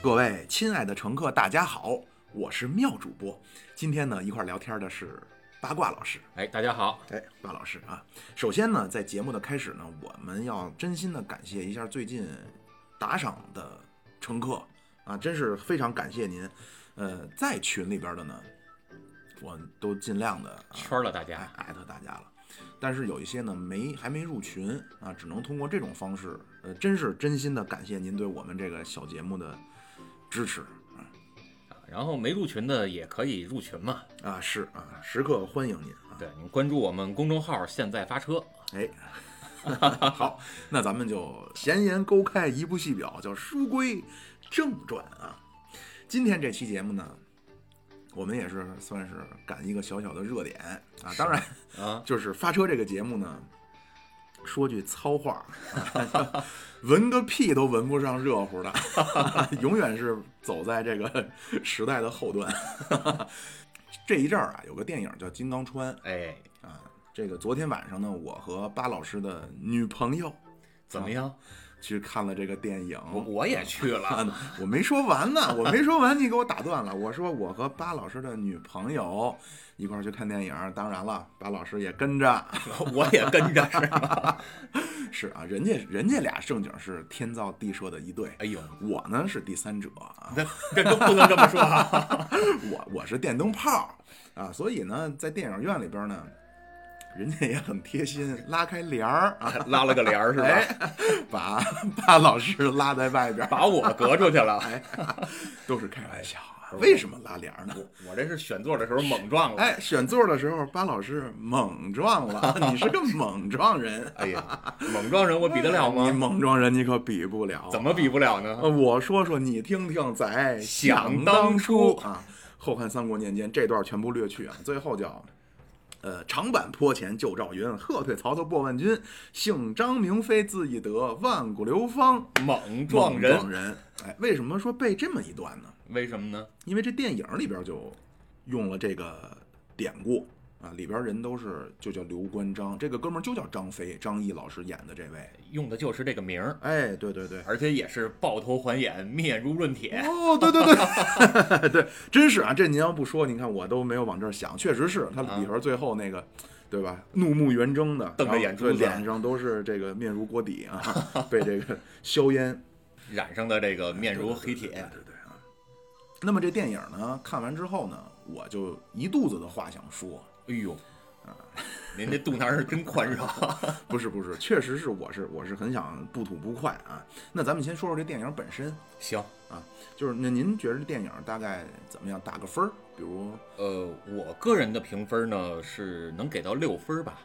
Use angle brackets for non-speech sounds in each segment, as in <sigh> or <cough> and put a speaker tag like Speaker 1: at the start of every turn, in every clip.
Speaker 1: 各位亲爱的乘客，大家好，我是妙主播。今天呢，一块儿聊天的是八卦老师。
Speaker 2: 哎，大家好，
Speaker 1: 哎，巴老师啊，首先呢，在节目的开始呢，我们要真心的感谢一下最近打赏的乘客啊，真是非常感谢您。呃，在群里边的呢，我都尽量的、啊、
Speaker 2: 圈了大家
Speaker 1: 哎艾特大家了。但是有一些呢没还没入群啊，只能通过这种方式。呃，真是真心的感谢您对我们这个小节目的支持
Speaker 2: 啊然后没入群的也可以入群嘛，
Speaker 1: 啊，是啊，时刻欢迎您啊。
Speaker 2: 对，您关注我们公众号“现在发车
Speaker 1: 哎， <laughs> 好，那咱们就闲言勾开一部戏表，叫书归正传啊。今天这期节目呢，我们也是算是赶一个小小的热点啊。当然，”
Speaker 2: 啊，
Speaker 1: <laughs> 就是发车这个节目呢，说句糙话儿， <laughs> 啊闻个屁都闻不上热乎的， <laughs> 永远是走在这个 <laughs> 时代的后端。 <laughs> 这一阵儿啊，有个电影叫《金刚川》，
Speaker 2: 哎，
Speaker 1: 啊，这个昨天晚上呢，我和巴老师的女朋友
Speaker 2: 怎么样？
Speaker 1: 去看了这个电影。啊
Speaker 2: 我我也去了，
Speaker 1: 我没说完呢，我没说完，你给我打断了。我说我和巴老师的女朋友一块儿去看电影，当然了，巴老师也跟着。
Speaker 2: <laughs> 我也跟着，是吧？
Speaker 1: 是啊，人家人家俩正经是天造地设的一对，
Speaker 2: <laughs> 哎呦，
Speaker 1: 我呢是第三者啊，
Speaker 2: 这这都不能这么说啊！
Speaker 1: 我我是电灯泡啊，所以呢，在电影院里边呢，人家也很贴心，拉开帘儿啊，
Speaker 2: <laughs> 拉了个帘儿是吧？
Speaker 1: 哎，把 <laughs> 巴老师拉在外边儿，
Speaker 2: 把我隔出去了。
Speaker 1: 都是开玩笑
Speaker 2: 哎
Speaker 1: 啊。为什么拉帘儿呢？
Speaker 2: 我我这是选座的时候猛撞了，
Speaker 1: 哎，选座的时候，巴老师猛
Speaker 2: <laughs>
Speaker 1: 撞了，你是个猛撞人，
Speaker 2: 哎呀，猛撞人我比得了
Speaker 1: 你
Speaker 2: 吗？
Speaker 1: 猛撞人你可比不了，
Speaker 2: 怎么比不了呢？
Speaker 1: 呃？我说说你听听，在
Speaker 2: 想
Speaker 1: 当
Speaker 2: 当初
Speaker 1: 啊，后汉三国年间这段全部略去啊，最后叫。呃，长坂坡前救赵云，喝退曹操破万军。姓张名飞，字翼德，万古流芳。
Speaker 2: 猛
Speaker 1: 撞
Speaker 2: 撞人，
Speaker 1: 撞人。哎，为什么说背这么一段呢？
Speaker 2: 为什么呢？
Speaker 1: 因为这电影里边就用了这个典故啊，里边人都是就叫刘关张，这个哥们儿就叫张飞，张译老师演的这位。
Speaker 2: 用的就是这个名儿，
Speaker 1: 哎，对对对。
Speaker 2: 而且也是抱头还眼，面如闰铁。
Speaker 1: 哦，对对对， <laughs> 对，真是啊！这您要不说，你看我都没有往这儿想，确实是他里边最后那个，对吧？怒目圆睁的，
Speaker 2: 啊瞪着眼珠子
Speaker 1: 然后对脸上都是这个面如锅底
Speaker 2: <laughs>
Speaker 1: 啊，被这个硝烟
Speaker 2: 染上的这个 <laughs> 面如黑
Speaker 1: 对
Speaker 2: 铁，
Speaker 1: 对对啊。那么这电影呢，看完之后呢，我就一肚子的话想说，
Speaker 2: 哎呦，您这肚腩儿真宽敞。 <laughs>
Speaker 1: 不是不是，确实是我是我是很想不吐不快啊。那咱们先说说这电影本身，
Speaker 2: 行，
Speaker 1: 就是那您觉得这电影大概怎么样？打个分儿，比如
Speaker 2: 呃，我个人的评分呢是能给到六分吧，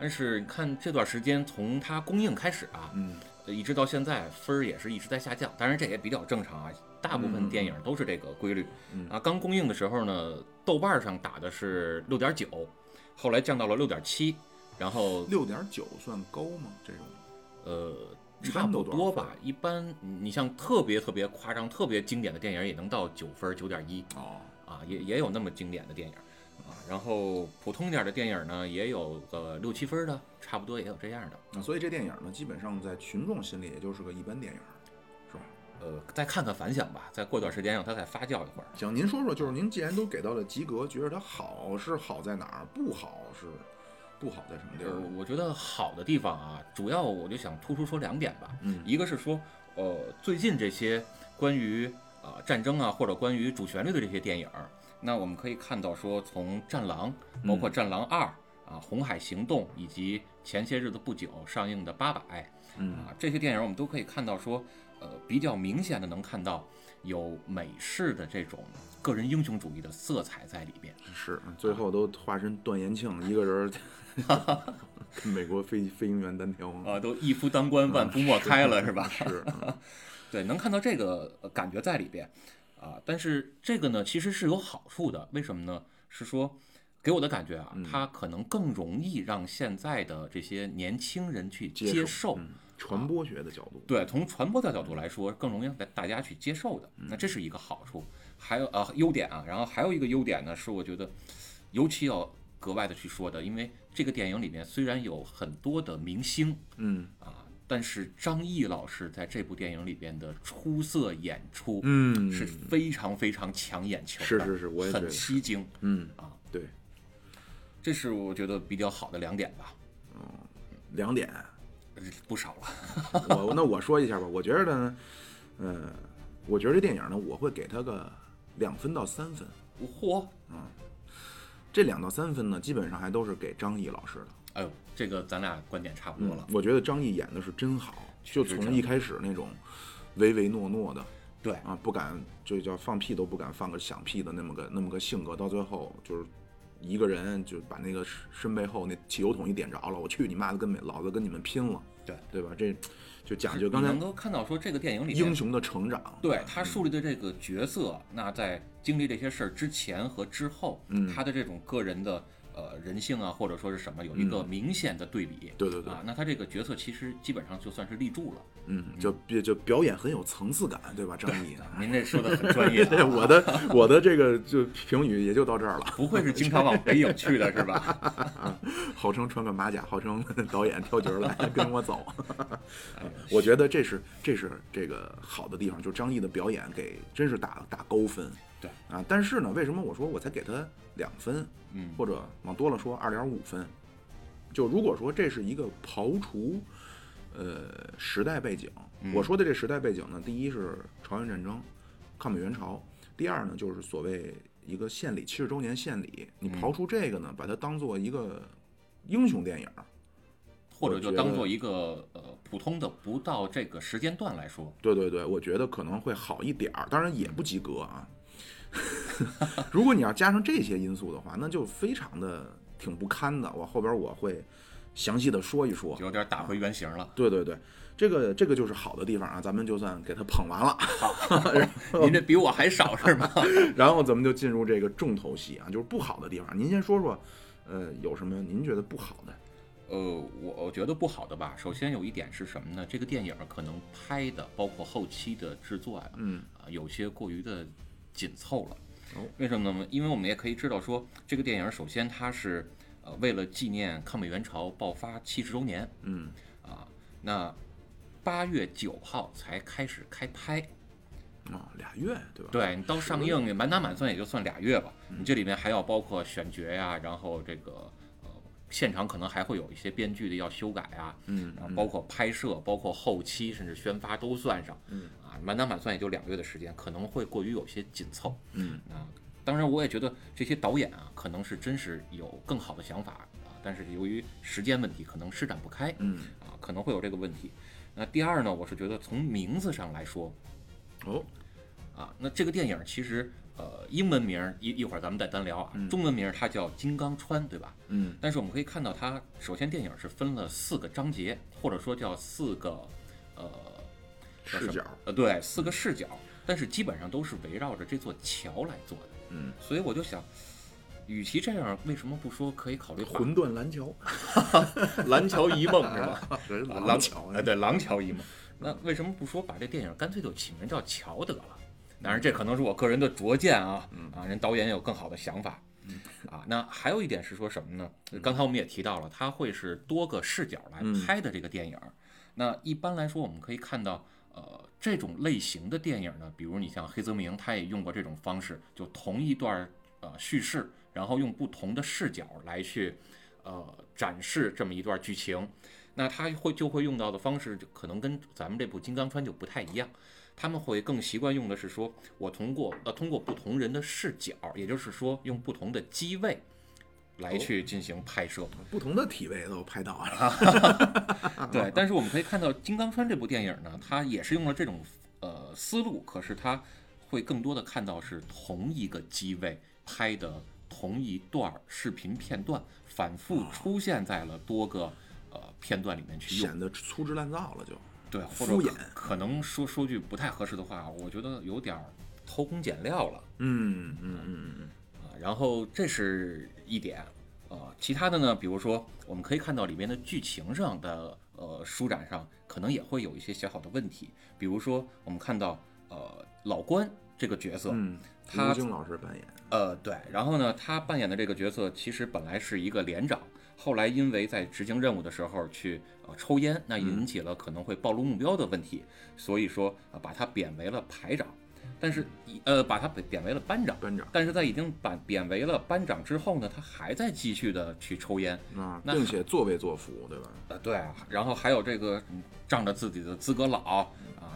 Speaker 2: 但是你看这段时间从它公映开始啊，
Speaker 1: 嗯
Speaker 2: 呃一直到现在分儿也是一直在下降，当然这也比较正常啊，大部分电影都是这个规律。
Speaker 1: 嗯
Speaker 2: 啊，刚公映的时候呢，豆瓣上打的是六点九，后来降到了六点七，然后
Speaker 1: 六点九算高吗？这种
Speaker 2: 呃。
Speaker 1: 一
Speaker 2: 差
Speaker 1: 般
Speaker 2: 不
Speaker 1: 都
Speaker 2: 多
Speaker 1: 多少
Speaker 2: 吧，一般你你像特别特别夸张、特别经典的电影，也能到九分、九点一。
Speaker 1: 哦，
Speaker 2: 啊，也也有那么经典的电影啊。然后普通点儿的电影呢，也有个六七分儿的，差不多也有这样的。
Speaker 1: 那啊所以这电影呢，基本上在群众心里也就是个一般电影，是吧？
Speaker 2: 呃，再看看反响吧，再过段时间让它再发酵一会儿。
Speaker 1: 行，您说说，就是您既然都给到了及格，觉得它好是好在哪儿，不好是不好在什么地
Speaker 2: 呃
Speaker 1: 儿？，
Speaker 2: 我觉得好的地方啊，主要我就想突出说两点吧。
Speaker 1: 嗯
Speaker 2: 一个是说，呃，最近这些关于啊、战争啊，或者关于主旋律的这些电影儿，那我们可以看到说，从《战狼》，
Speaker 1: 嗯
Speaker 2: 包括《战狼二》啊，《红海行动》，以及前些日子不久上映的《八佰》，
Speaker 1: 嗯
Speaker 2: 啊，这些电影我们都可以看到说，呃，比较明显的能看到有美式的这种个人英雄主义的色彩在里边。
Speaker 1: 是，最后都化身段延庆一个人儿， <laughs> 跟美国飞飞行员单挑
Speaker 2: 啊啊，都一夫当关，万夫莫开了，是吧？
Speaker 1: 是，嗯
Speaker 2: 对，能看到这个呃感觉在里边啊。但是这个呢，其实是有好处的，为什么呢？是说给我的感觉啊，
Speaker 1: 嗯
Speaker 2: 它可能更容易让现在的这些年轻人去
Speaker 1: 接
Speaker 2: 接
Speaker 1: 受
Speaker 2: 受。
Speaker 1: 嗯传播学的角度，
Speaker 2: 对，从传播的角度来说，更容易让大家去接受的，
Speaker 1: 嗯
Speaker 2: 那这是一个好处。还有呃优点啊，然后还有一个优点呢，是我觉得尤其要格外的去说的，因为这个电影里面虽然有很多的明星
Speaker 1: 嗯
Speaker 2: 啊，但是张译老师在这部电影里边的出色演出，
Speaker 1: 嗯
Speaker 2: 是非常非常抢眼球的，
Speaker 1: 是是是我也觉
Speaker 2: 很
Speaker 1: 得是
Speaker 2: 吸睛，
Speaker 1: 嗯
Speaker 2: 啊，
Speaker 1: 对，
Speaker 2: 这是我觉得比较好的两点吧，
Speaker 1: 两点，
Speaker 2: 呃不少了，
Speaker 1: 我那我说一下吧，我觉得呢，嗯，我觉得这电影呢，我会给它个两分到三分，
Speaker 2: 嚯，
Speaker 1: 这两到三分呢，基本上还都是给张译老师的。
Speaker 2: 哎呦，这个咱俩观点差不多
Speaker 1: 嗯
Speaker 2: 了，，
Speaker 1: 我觉得张译演的是真好，就
Speaker 2: 实
Speaker 1: 从
Speaker 2: 真
Speaker 1: 一开始那种唯唯诺诺的
Speaker 2: 对，
Speaker 1: 啊，不敢就叫放屁都不敢放个响屁的那么个那么个性格，到最后就是一个人就把那个身身背后那汽油桶一点着了，我去你妈的，跟没老子跟你们拼了，
Speaker 2: 对
Speaker 1: 对吧？这就讲
Speaker 2: 是
Speaker 1: 究刚
Speaker 2: 你
Speaker 1: 才
Speaker 2: 能够看到说这个电影里面
Speaker 1: 英雄的嗯成长，
Speaker 2: 对他树立的这个角色，那在经历这些事儿之前和之后，
Speaker 1: 嗯
Speaker 2: 他的这种个人的呃人性啊，或者说是什么，有一个明显的对比。
Speaker 1: 嗯对对对
Speaker 2: 啊，那他这个角色其实基本上就算是立住了。
Speaker 1: 嗯，就就就表演很有层次感，对吧？张译，
Speaker 2: 您这说的很专业、
Speaker 1: <laughs> 对
Speaker 2: 啊，
Speaker 1: 我的我的这个就评语也就到这儿了。
Speaker 2: 不会是经常往北影去的是吧？
Speaker 1: <laughs> 号称穿个马甲，号称 <laughs> 导演挑角儿来 <laughs> 跟我走。我觉得这是这是这个好的地方，就张译的表演给真是打打高分。
Speaker 2: 对
Speaker 1: 啊，但是呢，为什么我说我才给他两分，
Speaker 2: 嗯，
Speaker 1: 或者往多了说二点五分？就如果说这是一个刨除呃时代背景，
Speaker 2: 嗯
Speaker 1: 我说的这时代背景呢，第一是朝鲜战争，抗美援朝；第二呢，就是所谓一个献礼，七十周年献礼。你刨出这个呢，把它当做一个英雄电影儿，
Speaker 2: 或者
Speaker 1: 我
Speaker 2: 就
Speaker 1: 觉
Speaker 2: 当
Speaker 1: 得
Speaker 2: 做一个呃普通的不到这个时间段来说，
Speaker 1: 对对对，我觉得可能会好一点儿，当然也不及格啊。 <laughs> 如果你要加上这些因素的话，那就非常的挺不堪的。我后边我会详细的说一说
Speaker 2: 就。有点打回原形
Speaker 1: <laughs>
Speaker 2: 了。
Speaker 1: 对对对，这个这个就是好的地方啊，咱们就算给它捧完了， <laughs>
Speaker 2: 您这比我还少是吗？
Speaker 1: 然后咱们就进入这个重头戏啊，就是不好的地方。您先说说，呃，有什么您觉得不好的？
Speaker 2: <laughs> 呃，我我觉得不好的吧。首先有一点是什么呢？这个电影可能拍的，包括后期的制作呀、啊，
Speaker 1: 嗯
Speaker 2: 有些过于的紧凑了。
Speaker 1: 哦
Speaker 2: 为什么呢？因为我们也可以知道说，这个电影首先它是呃为了纪念抗美援朝爆发七十周年
Speaker 1: 嗯
Speaker 2: 啊，那八月九号才开始开拍，
Speaker 1: 啊，俩月对吧？
Speaker 2: 对你到上映满打满算也就算俩月吧，你这里面还要包括选角呀、然后这个呃现场可能还会有一些编剧的要修改啊，
Speaker 1: 嗯
Speaker 2: 然后包括拍摄、包括后期甚至宣发都算上，
Speaker 1: 嗯
Speaker 2: 啊满打满算也就两个月的时间，可能会过于有些紧凑。
Speaker 1: 嗯
Speaker 2: 啊，当然我也觉得这些导演啊，可能是真是有更好的想法啊，但是由于时间问题，可能施展不开
Speaker 1: 嗯
Speaker 2: 啊，可能会有这个问题。那第二呢，我是觉得从名字上来说，
Speaker 1: 哦
Speaker 2: 啊，那这个电影其实呃，英文名儿一一会儿咱们再单聊啊，中文名儿它叫《金刚川》，对吧？
Speaker 1: 嗯
Speaker 2: 但是我们可以看到它，首先电影是分了四个章节，或者说叫四个呃叫什
Speaker 1: 视
Speaker 2: 么
Speaker 1: 角
Speaker 2: 呃对四个视角，但是基本上都是围绕着这座桥来做的。
Speaker 1: 嗯，
Speaker 2: 所以我就想，与其这样，为什么不说可以考虑把
Speaker 1: 混沌
Speaker 2: <laughs>
Speaker 1: 蓝桥，
Speaker 2: 蓝桥遗梦是吧？
Speaker 1: 人
Speaker 2: <laughs>
Speaker 1: <laughs>
Speaker 2: 啊
Speaker 1: 廊桥
Speaker 2: 哎，对，廊桥遗梦。那为什么不说把这电影干脆就起名叫《桥》得了？当然，这可能是我个人的拙见啊，啊，人导演有更好的想法，啊，那还有一点是说什么呢？刚才我们也提到了，它会是多个视角来拍的这个电影。那一般来说，我们可以看到，呃，这种类型的电影呢，比如你像黑泽明，他也用过这种方式，就同一段呃叙事，然后用不同的视角来去呃展示这么一段剧情。那他会就会用到的方式，就可能跟咱们这部《金刚川》就不太一样。他们会更习惯用的是说，我通过呃通过不同人的视角，也就是说用不同的机位
Speaker 1: 哦
Speaker 2: 来去进行拍摄。
Speaker 1: 不同的体位都拍到了。
Speaker 2: 啊
Speaker 1: <laughs> 啊
Speaker 2: 对，但是我们可以看到《金刚川》这部电影呢，它也是用了这种呃思路，可是它会更多的看到是同一个机位拍的同一段儿视频片段，
Speaker 1: 啊
Speaker 2: 反复出现在了多个呃片段里面去用。
Speaker 1: 显得粗制滥造了就，
Speaker 2: 对，或
Speaker 1: 敷
Speaker 2: 者
Speaker 1: 衍
Speaker 2: 可可能说说句不太合适的话，我觉得有点儿偷工减料了
Speaker 1: 嗯嗯嗯嗯
Speaker 2: 啊。然后这是一点，呃，其他的呢，比如说我们可以看到里面的剧情上的呃舒展上，可能也会有一些小小的问题，比如说我们看到呃老关这个角色，
Speaker 1: 嗯，
Speaker 2: 他
Speaker 1: 吴京老师扮演，
Speaker 2: 呃，对，然后呢，他扮演的这个角色其实本来是一个连长，后来因为在执行任务的时候去呃抽烟，那引起了可能会暴露目标的问题，所以说、呃、把他贬为了排长，但是一呃把他贬贬为了班长，
Speaker 1: 班长
Speaker 2: 但是在已经把贬为了班长之后呢，他还在继续的去抽烟，
Speaker 1: 啊，
Speaker 2: 那
Speaker 1: 并且作威作福，对吧？
Speaker 2: 呃，对啊，然后还有这个嗯仗着自己的资格老啊、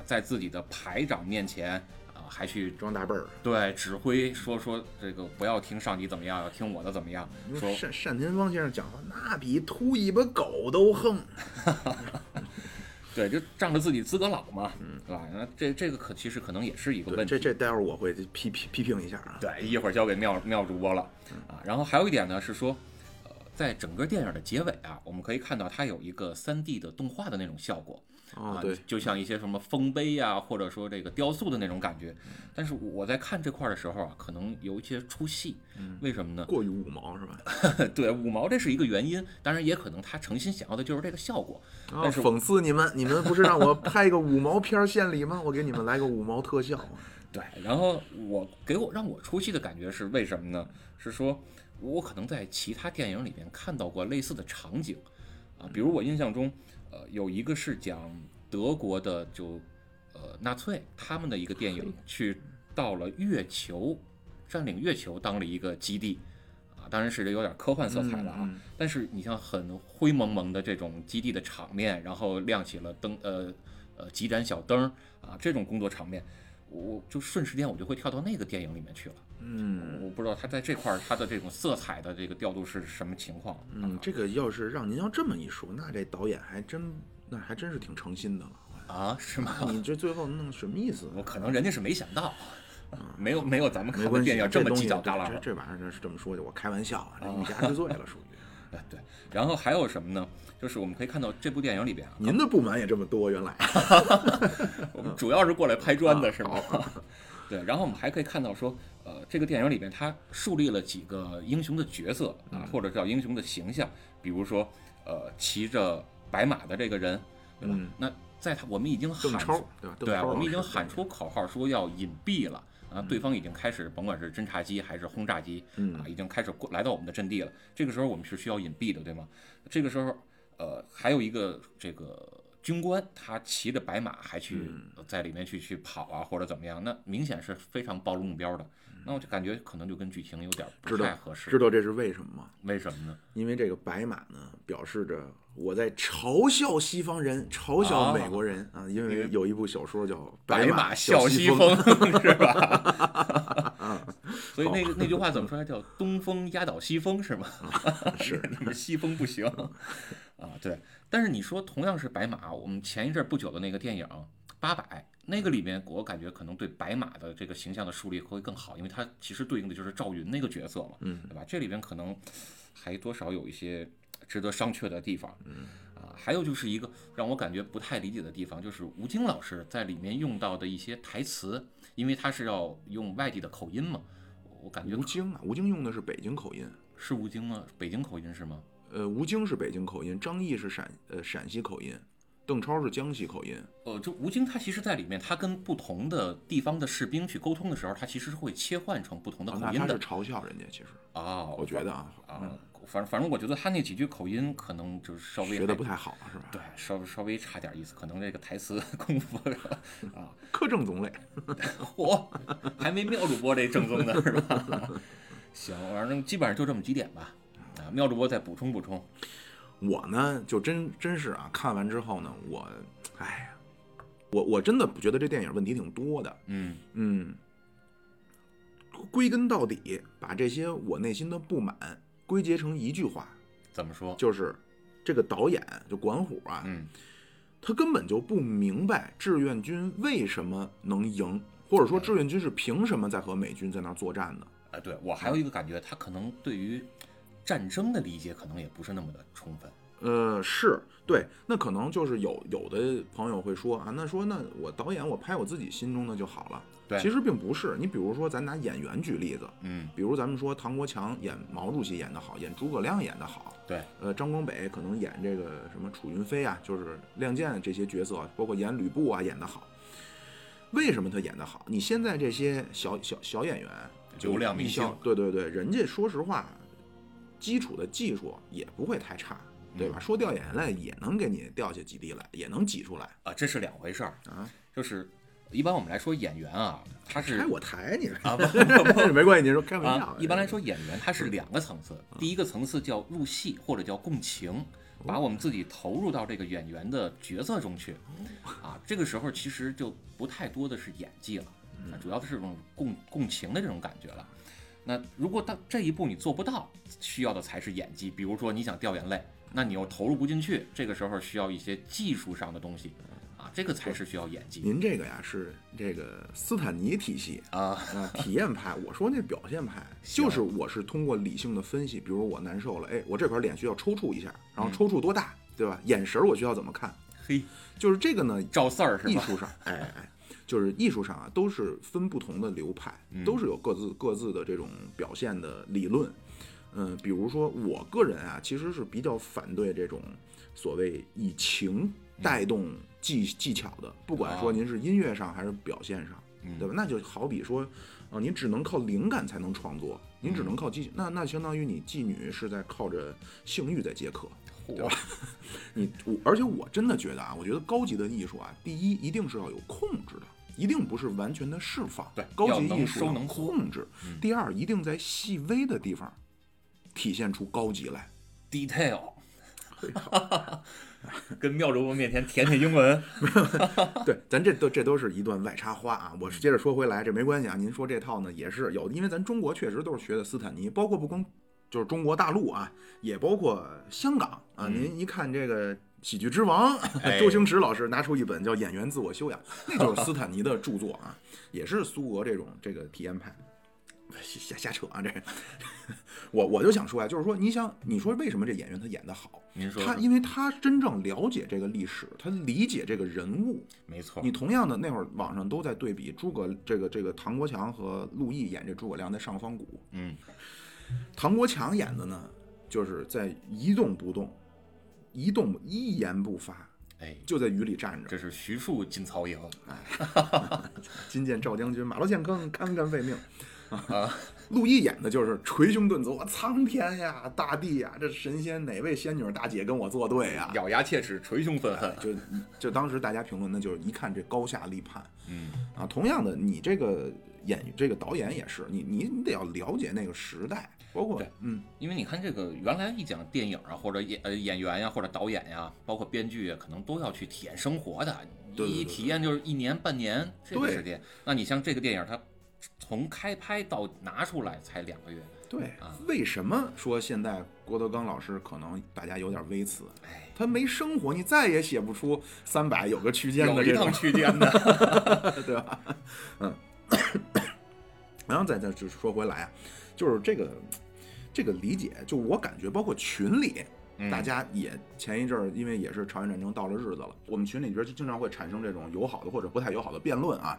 Speaker 2: 在自己的排长面前啊、还去
Speaker 1: 装大辈儿，
Speaker 2: 对，指挥说说这个不要听上级怎么样，要听我的怎么样。说
Speaker 1: 单单田芳先生讲话那比秃尾巴狗都横，啊
Speaker 2: 对，就仗着自己资格老嘛，对吧？那这这个可其实可能也是一个
Speaker 1: 对，
Speaker 2: 问题。
Speaker 1: 这这待会儿我会批批批评一下啊，
Speaker 2: 对，哎一会儿交给妙妙主播了啊。然后还有一点呢是说，呃，在整个电影的结尾啊，我们可以看到它有一个三 D 的动画的那种效果。
Speaker 1: 哦
Speaker 2: 啊
Speaker 1: 对，，
Speaker 2: 就像一些什么丰碑呀、或者说这个雕塑的那种感觉。但是我在看这块儿的时候啊，可能有一些出戏，为什么呢？ <laughs>
Speaker 1: 过于五毛是吧？
Speaker 2: 对，五毛这是一个原因，当然也可能他诚心想要的就是这个效果。
Speaker 1: 啊，
Speaker 2: 但是
Speaker 1: 讽刺你们，你们不是让我拍个五毛片儿献礼吗？我给你们来个五毛特效，啊
Speaker 2: 对，然后我给我让我出戏的感觉是为什么呢？是说我可能在其他电影里面看到过类似的场景啊，比如我印象中，呃，有一个是讲德国的就呃纳粹他们的一个电影，去到了月球，占领月球当了一个基地。啊，当然是有点科幻 <laughs> 色彩了啊，
Speaker 1: 嗯嗯
Speaker 2: 但是你像很灰蒙蒙的这种基地的场面，然后亮起了灯，呃呃几盏小灯儿啊，这种工作场面，我就瞬时间我就会跳到那个电影里面去了。
Speaker 1: 嗯。
Speaker 2: 我不知道他在这块儿他的这种色彩的这个调度是什么情况。
Speaker 1: 嗯，这个要是让您要这么一说，那这导演还真，那还真是挺诚心的了。
Speaker 2: 啊，是吗？ <laughs>
Speaker 1: 你这最后弄什么意思？
Speaker 2: 我可能人家是没想到， <laughs> 没有没有咱们
Speaker 1: 嗯没
Speaker 2: 看的
Speaker 1: 关系
Speaker 2: 电，影
Speaker 1: 这
Speaker 2: 么
Speaker 1: 东
Speaker 2: 犄
Speaker 1: 西
Speaker 2: 角旮
Speaker 1: 这
Speaker 2: 旯。
Speaker 1: 这玩意儿这是这么说的，我开玩笑啊，这欲加之罪了，
Speaker 2: <laughs>
Speaker 1: 属于。
Speaker 2: 哎对，然后还有什么呢？就是我们可以看到这部电影里边啊，
Speaker 1: 您的不满也这么多，原来。
Speaker 2: 我
Speaker 1: 嗯
Speaker 2: 们主要是过来拍砖
Speaker 1: 啊
Speaker 2: 的是吗？ <laughs> 对，然后我们还可以看到说，呃，这个电影里边它树立了几个英雄的角色
Speaker 1: 嗯
Speaker 2: 啊，或者叫英雄的形象，比如说，呃，骑着白马的这个人，对吧？
Speaker 1: 嗯
Speaker 2: 那在他我们已经喊
Speaker 1: 邓超
Speaker 2: 出
Speaker 1: 对吧？
Speaker 2: 对
Speaker 1: 邓
Speaker 2: 啊，
Speaker 1: 超
Speaker 2: 我们
Speaker 1: 老
Speaker 2: 已经
Speaker 1: 师
Speaker 2: 喊出口号说要隐蔽了啊，
Speaker 1: 嗯
Speaker 2: 对方已经开始甭管是侦察机还是轰炸机啊，已经开始过来到我们的阵地了。这个时候我们是需要隐蔽的，对吗？这个时候，呃，还有一个这个军官，他骑着白马还去
Speaker 1: 嗯
Speaker 2: 呃在里面去去跑啊，或者怎么样，那明显是非常暴露目标的。那我就感觉可能就跟剧情有点不
Speaker 1: 嗯知道
Speaker 2: 太合适
Speaker 1: 知，道这是为什么吗？
Speaker 2: 为什么呢？
Speaker 1: 因为这个白马呢，表示着我在嘲笑西方人，嘲笑美国人啊因为有一部小说叫《马
Speaker 2: 马笑
Speaker 1: 西
Speaker 2: 西风是吧？所以那个那句话怎么说来叫“东风压倒西风”是吗？
Speaker 1: <laughs> 是
Speaker 2: <laughs> 你们西风不行啊，对。但是你说同样是白马，我们前一阵儿不久的那个电影《八百》，那个里面我感觉可能对白马的这个形象的树立会更好，因为它其实对应的就是赵云那个角色嘛，嗯，对吧？这里边可能还多少有一些值得商榷的地方，嗯。啊，还有就是一个让我感觉不太理解的地方，就是吴京老师在里面用到的一些台词，因为他是要用外地的口音嘛，我感觉
Speaker 1: 吴京啊，吴京用的是北京口音，
Speaker 2: 是吴京吗？北京口音是吗？
Speaker 1: 呃，吴京是北京口音，张译是陕呃陕西口音，邓超是江西口音，
Speaker 2: 呃，就吴京他其实在里面，他跟不同的地方的士兵去沟通的时候，他其实是会切换成不同的
Speaker 1: 啊
Speaker 2: 口
Speaker 1: 那
Speaker 2: 音
Speaker 1: 他
Speaker 2: 的
Speaker 1: 是嘲笑人家，其实
Speaker 2: 啊。
Speaker 1: 我觉得啊，
Speaker 2: 啊，反反正我觉得他那几句口音可能就是稍微
Speaker 1: 学的
Speaker 2: 还
Speaker 1: 不太好啊是吧？
Speaker 2: 哦对，稍稍微差点意思，可能这个台词 <laughs> 功夫啊，
Speaker 1: 苛政总理，
Speaker 2: 嚯， <laughs> 还没妙主播这正宗呢是吧？ <laughs> 行，反正基本上就这么几点吧。啊，妙主播再补充补充。
Speaker 1: 我呢，就真真是啊，看完之后呢，我，哎呀，我我真的觉得这电影问题挺多的，
Speaker 2: 嗯
Speaker 1: 嗯，归根到底，把这些我内心的不满归结成一句话，
Speaker 2: 怎么说？
Speaker 1: 就是这个导演就管虎啊，
Speaker 2: 嗯，
Speaker 1: 他根本就不明白志愿军为什么能赢，或者说志愿军是凭什么在和美军在那儿作战的。
Speaker 2: 啊，对我还有一个感觉，他可能对于战争的理解可能也不是那么的充分。
Speaker 1: 呃，是对，那可能就是有有的朋友会说啊，那说那我导演我拍我自己心中的就好了。
Speaker 2: 对
Speaker 1: 其实并不是。你比如说，咱拿演员举例子，
Speaker 2: 嗯，
Speaker 1: 比如咱们说唐国强演毛主席演得好，演诸葛亮演得好，
Speaker 2: 对，
Speaker 1: 呃，张光北可能演这个什么楚云飞啊，就是《亮剑》这些角色，包括演吕布啊，演得好。为什么他演得好？你现在这些小小小演员，
Speaker 2: 流量明星
Speaker 1: 像对对对，人家说实话，基础的技术也不会太差，对
Speaker 2: 嗯
Speaker 1: 吧？说掉眼泪也能给你掉下几滴来，也能挤出来。
Speaker 2: 啊，这是两回事儿
Speaker 1: 啊。
Speaker 2: 就是一般我们来说演员啊，他是
Speaker 1: 拆我
Speaker 2: <laughs>
Speaker 1: 台你
Speaker 2: 啊
Speaker 1: 啊
Speaker 2: 不不
Speaker 1: 没关系，您说开玩笑、
Speaker 2: 啊，一般来说演员他是两个层次，第一个层次叫入戏或者叫共情，把我们自己投入到这个演员的角色中去，啊，这个时候其实就不太多的是演技了，啊主要是这种共共情的这种感觉了。那如果到这一步你做不到，需要的才是演技。比如说你想掉眼泪，那你又投入不进去，这个时候需要一些技术上的东西，啊，这个才是需要演技
Speaker 1: 您这个呀是这个斯坦尼体系
Speaker 2: 啊。
Speaker 1: 啊，体验派。我说那表现派，
Speaker 2: 行
Speaker 1: 就是我是通过理性的分析，比如我难受了，哎，我这块脸需要抽搐一下，然后抽搐多大，对吧？眼神儿我需要怎么看？
Speaker 2: 嘿，
Speaker 1: 就是这个呢，
Speaker 2: 赵四儿是
Speaker 1: 艺 <laughs>
Speaker 2: 吧？
Speaker 1: 术上，哎哎哎，就是艺术上啊，都是分不同的流派，
Speaker 2: 嗯
Speaker 1: 都是有各自各自的这种表现的理论。嗯，比如说我个人啊，其实是比较反对这种所谓以情带动技、技巧的，不管说
Speaker 2: 哦
Speaker 1: 您是音乐上还是表现上，
Speaker 2: 嗯
Speaker 1: 对吧？那就好比说，啊、您只能靠灵感才能创作，您
Speaker 2: 嗯
Speaker 1: 只能靠技，那那相当于你妓女是在靠着性欲在解渴，
Speaker 2: 嚯
Speaker 1: 你我，而且我真的觉得啊，我觉得高级的艺术啊，第一一定是要有控制的，一定不是完全的释放。
Speaker 2: 对
Speaker 1: 高级
Speaker 2: 要能
Speaker 1: 艺术
Speaker 2: 收
Speaker 1: 要
Speaker 2: 能嗯缩
Speaker 1: 控制。第二，一定在细微的地方体现出高级来。
Speaker 2: detail，跟 <laughs> 妙主播面前填填英文， <laughs>
Speaker 1: 对，咱这都这都是一段外插花啊。我是接着说回来，这没关系啊。您说这套呢也是有的，因为咱中国确实都是学的斯坦尼，包括不光就是中国大陆啊，也包括香港啊。
Speaker 2: 嗯
Speaker 1: 您一看这个。喜剧之王
Speaker 2: 哎，
Speaker 1: <laughs> 周星驰老师拿出一本叫《演员自我修养》，
Speaker 2: <laughs>
Speaker 1: 那就是斯坦尼的著作啊，也是苏俄这种这个体验派。哎瞎瞎扯啊！这我我就想说啊，就是说，你想，你说为什么这演员他演得好？
Speaker 2: 您说
Speaker 1: 他因为他真正了解这个历史，他理解这个人物，
Speaker 2: 没错
Speaker 1: 你，同样的那会儿，网上都在对比诸葛这个这个唐国强和陆毅演这诸葛亮在上方谷，
Speaker 2: 嗯，
Speaker 1: 唐国强演的呢，就是在一动不动，一动一言不发，
Speaker 2: 哎，
Speaker 1: 就在雨里站着
Speaker 2: 这。是徐庶进曹营，
Speaker 1: 今见赵将军，马路见更堪堪废命。啊， <laughs> 陆毅演的就是捶胸顿足，我苍天呀，大地呀，这神仙哪位仙女大姐跟我作对呀？
Speaker 2: 咬牙切齿，捶胸愤恨，
Speaker 1: 就就当时大家评论，那就是一看这高下立判。
Speaker 2: 嗯，
Speaker 1: 啊，同样的，你这个演这个导演也是，你你你得要了解那个时代，包括
Speaker 2: 对
Speaker 1: 嗯，
Speaker 2: 因为你看这个，原来一讲电影啊，或者演呃演员呀、或者导演呀、包括编剧啊，可能都要去体验生活的，
Speaker 1: 对对
Speaker 2: 一
Speaker 1: 对对
Speaker 2: 体验就是一年半年这个
Speaker 1: 对
Speaker 2: 时间。那你像这个电影，它从开拍到拿出来才两个月，
Speaker 1: 对
Speaker 2: 啊，
Speaker 1: 为什么说现在郭德纲老师可能大家有点微词？
Speaker 2: 哎，
Speaker 1: 他没生活，你再也写不出三百有个区间
Speaker 2: 有
Speaker 1: 的
Speaker 2: 一
Speaker 1: 这种
Speaker 2: 趟区间的，
Speaker 1: <laughs> 对吧？嗯，然后再再就说回来啊，就是这个这个理解，就我感觉，包括群里，
Speaker 2: 嗯
Speaker 1: 大家也前一阵儿，因为也是朝鲜战争到了日子了，我们群里边就经常会产生这种友好的或者不太友好的辩论 <laughs> 啊，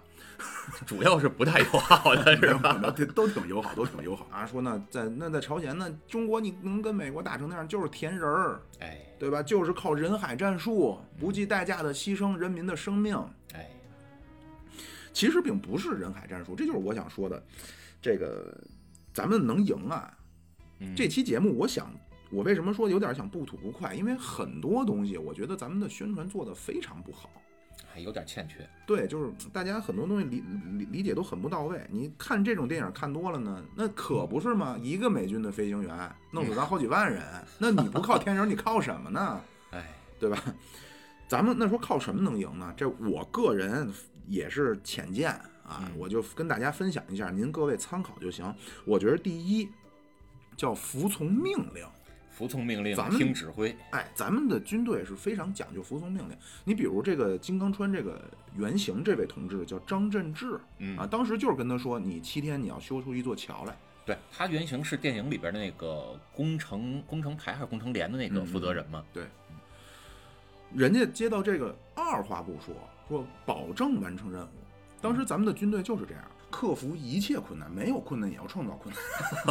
Speaker 2: 主要是不太友好的是
Speaker 1: 没有没有没
Speaker 2: 吧？
Speaker 1: 有都都挺友好，都挺友好啊。说呢，在那在朝鲜呢，中国你能跟美国打成那样，就是填人儿，
Speaker 2: <laughs> 哎
Speaker 1: 对吧？就是靠人海战术，不计代价的牺牲人民的生命。
Speaker 2: 哎，
Speaker 1: 其实并不是人海战术，这就是我想说的。这个咱们能赢啊！
Speaker 2: 嗯
Speaker 1: 这期节目，我想我为什么说有点想不吐不快？因为很多东西，我觉得咱们的宣传做得非常不好。
Speaker 2: 还有点欠缺，
Speaker 1: 对，就是大家很多东西理理理解都很不到位。你看这种电影看多了呢，那可不是嘛！一个美军的飞行员弄死咱好几
Speaker 2: <laughs>
Speaker 1: 万人，那你不靠天人，你靠什么呢？
Speaker 2: 哎，
Speaker 1: 对吧？咱们那说靠什么能赢呢？这我个人也是浅见啊，
Speaker 2: 嗯
Speaker 1: 我就跟大家分享一下，您各位参考就行。我觉得第一叫服从命令，
Speaker 2: 服从命令
Speaker 1: 咱，们
Speaker 2: 听指挥，
Speaker 1: 哎，咱们的军队是非常讲究服从命令。你比如这个金刚川这个原型这位同志叫张振志啊
Speaker 2: 嗯
Speaker 1: 啊，当时就是跟他说，你七天你要修出一座桥来，
Speaker 2: 对他原型是电影里边的那个工程工程排还是工程连的那
Speaker 1: 嗯
Speaker 2: 个负责人嘛？
Speaker 1: 人家接到这个，二话不说，说保证完成任务。当时咱们的军队就是这样，克服一切困难，没有困难也要创造困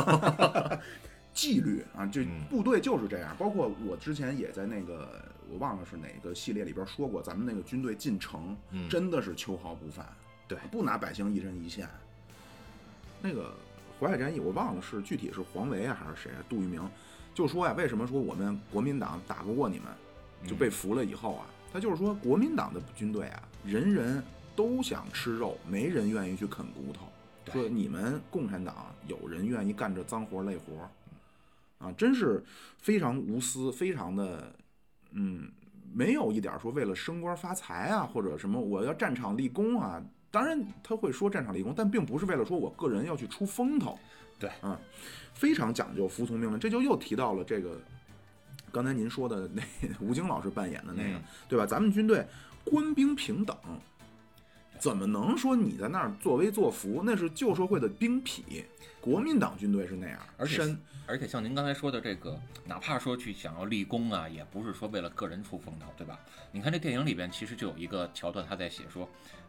Speaker 1: 难。 <laughs> 纪律啊，这
Speaker 2: 嗯
Speaker 1: 部队就是这样。包括我之前也在那个，我忘了是哪个系列里边说过，咱们那个军队进城、
Speaker 2: 嗯
Speaker 1: 真的是秋毫不犯，
Speaker 2: 对
Speaker 1: 不拿百姓一针一线。那个淮海战役，我忘了是具体是黄维啊还是谁啊，杜聿明就说呀、为什么说我们国民党打不过你们？
Speaker 2: 嗯
Speaker 1: 就被俘了以后啊，他就是说国民党的军队啊，人人都想吃肉，没人愿意去啃骨头。
Speaker 2: 对
Speaker 1: 说你们共产党有人愿意干这脏活累活，啊，真是非常无私，非常的，嗯，没有一点说为了升官发财啊，或者什么我要战场立功啊。当然他会说战场立功，但并不是为了说我个人要去出风头。
Speaker 2: 对
Speaker 1: 啊，非常讲究服从命令，这就又提到了这个刚才您说的那吴京老师扮演的那个，
Speaker 2: 嗯
Speaker 1: 对吧？咱们军队官兵平等，怎么能说你在那儿作威作福？那是旧社会的兵痞，国民党军队是那样，
Speaker 2: 而且
Speaker 1: 山
Speaker 2: 而且像您刚才说的这个，哪怕说去想要立功啊，也不是说为了个人出风头，对吧？你看这电影里边其实就有一个桥段，他在写说，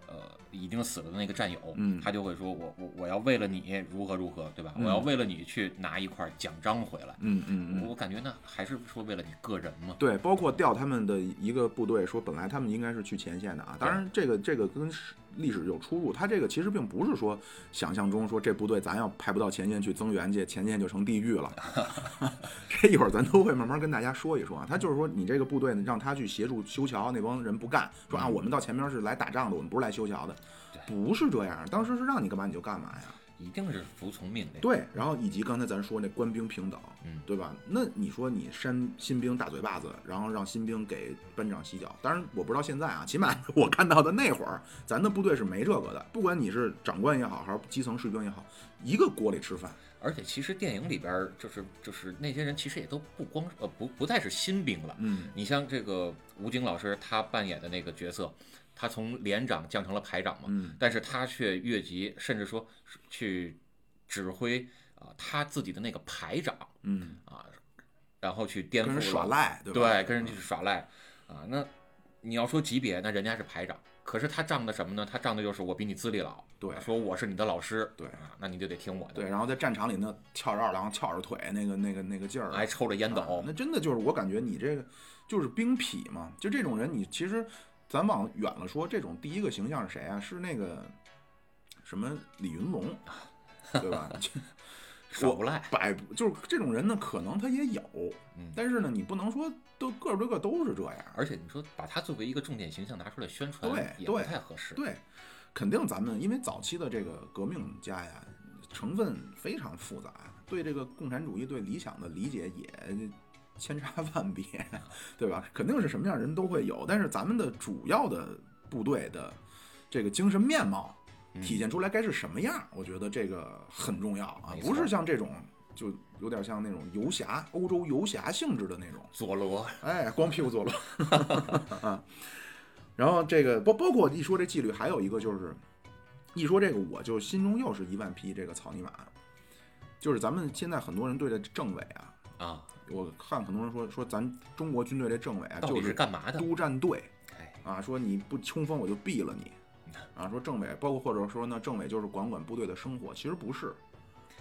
Speaker 2: 呃，已经死了的那个战友，
Speaker 1: 嗯
Speaker 2: 他就会说我我我要为了你如何如何，对吧？
Speaker 1: 嗯
Speaker 2: 我要为了你去拿一块奖章回来。
Speaker 1: 嗯嗯嗯，
Speaker 2: 我感觉那还是说为了你个人嘛。
Speaker 1: 对，包括调他们的一个部队，说本来他们应该是去前线的啊，当然这个这个跟史历史有出入，他这个其实并不是说想象中说这部队咱要派不到前线去增援去，前线就成地狱了。这一会儿咱都会慢慢跟大家说一说啊。他就是说，你这个部队呢，让他去协助修桥，那帮人不干，说啊，我们到前面是来打仗的，我们不是来修桥的，不是这样。当时是让你干嘛你就干嘛呀。
Speaker 2: 一定是服从命令。
Speaker 1: 对，然后以及刚才咱说那官兵平等，
Speaker 2: 嗯
Speaker 1: 对吧？那你说你扇新兵大嘴巴子，然后让新兵给班长洗脚，当然我不知道现在啊，起码我看到的那会儿，咱的部队是没这个的。不管你是长官也好，还是基层士兵也好，一个锅里吃饭，
Speaker 2: 而且其实电影里边儿就是就是那些人其实也都不光呃不不再是新兵了。
Speaker 1: 嗯
Speaker 2: 你像这个吴京老师他扮演的那个角色，他从连长降成了排长嘛，
Speaker 1: 嗯，
Speaker 2: 但是他却越级，甚至说是去指挥啊、他自己的那个排长
Speaker 1: 嗯，
Speaker 2: 啊，然后去颠覆
Speaker 1: 跟人
Speaker 2: 了
Speaker 1: 耍，赖，对吧？嗯
Speaker 2: 对，跟人去耍赖啊。那你要说级别，那人家是排长，可是他仗的什么呢？他仗的就是我比你资历老，
Speaker 1: 对
Speaker 2: 说我是你的老师，
Speaker 1: 对
Speaker 2: 啊，那你就得听我的，
Speaker 1: 对，，然后在战场里呢，翘着二郎，翘着腿，那个那个那个劲儿，
Speaker 2: 还抽着烟
Speaker 1: 啊
Speaker 2: 斗
Speaker 1: 那，真的就是我感觉你这个就是兵痞嘛，就这种人，你其实咱往远了说，这种第一个形象是谁啊？是那个什么李云 <laughs> 龙，对吧？
Speaker 2: 耍无赖，
Speaker 1: 百就是这种人呢，可能他也有，
Speaker 2: 嗯。
Speaker 1: 但是呢，你不能说都个对个都是这样。
Speaker 2: 而且你说把他作为一个重点形象拿出来宣传
Speaker 1: 对，
Speaker 2: 也不
Speaker 1: 对
Speaker 2: 太合适。
Speaker 1: 对，肯定咱们因为早期的这个革命家呀，成分非常复杂，对这个共产主义、对理想的理解也千差万别， <laughs> 对吧？肯定是什么样人都会有，但是咱们的主要的部队的这个精神面貌
Speaker 2: 嗯
Speaker 1: 体现出来该是什么样，我觉得这个很重要啊
Speaker 2: 没，错
Speaker 1: 不是像这种。就有点像那种游侠，欧洲游侠性质的那种，
Speaker 2: 佐罗，啊
Speaker 1: 哎，光屁股坐牢啊。 <laughs> 然后这个包包括一说这纪律，还有一个就是，一说这个我就心中又是一万匹这个草泥马，就是咱们现在很多人对这政委啊，
Speaker 2: 啊，
Speaker 1: 我看很多人说说咱中国军队这政委啊，
Speaker 2: 到
Speaker 1: 就
Speaker 2: 底是干嘛的？
Speaker 1: 督战队
Speaker 2: 哎，
Speaker 1: 啊，说你不冲锋我就毙了你啊，说政委包括或者说呢政委就是管管部队的生活，其实不是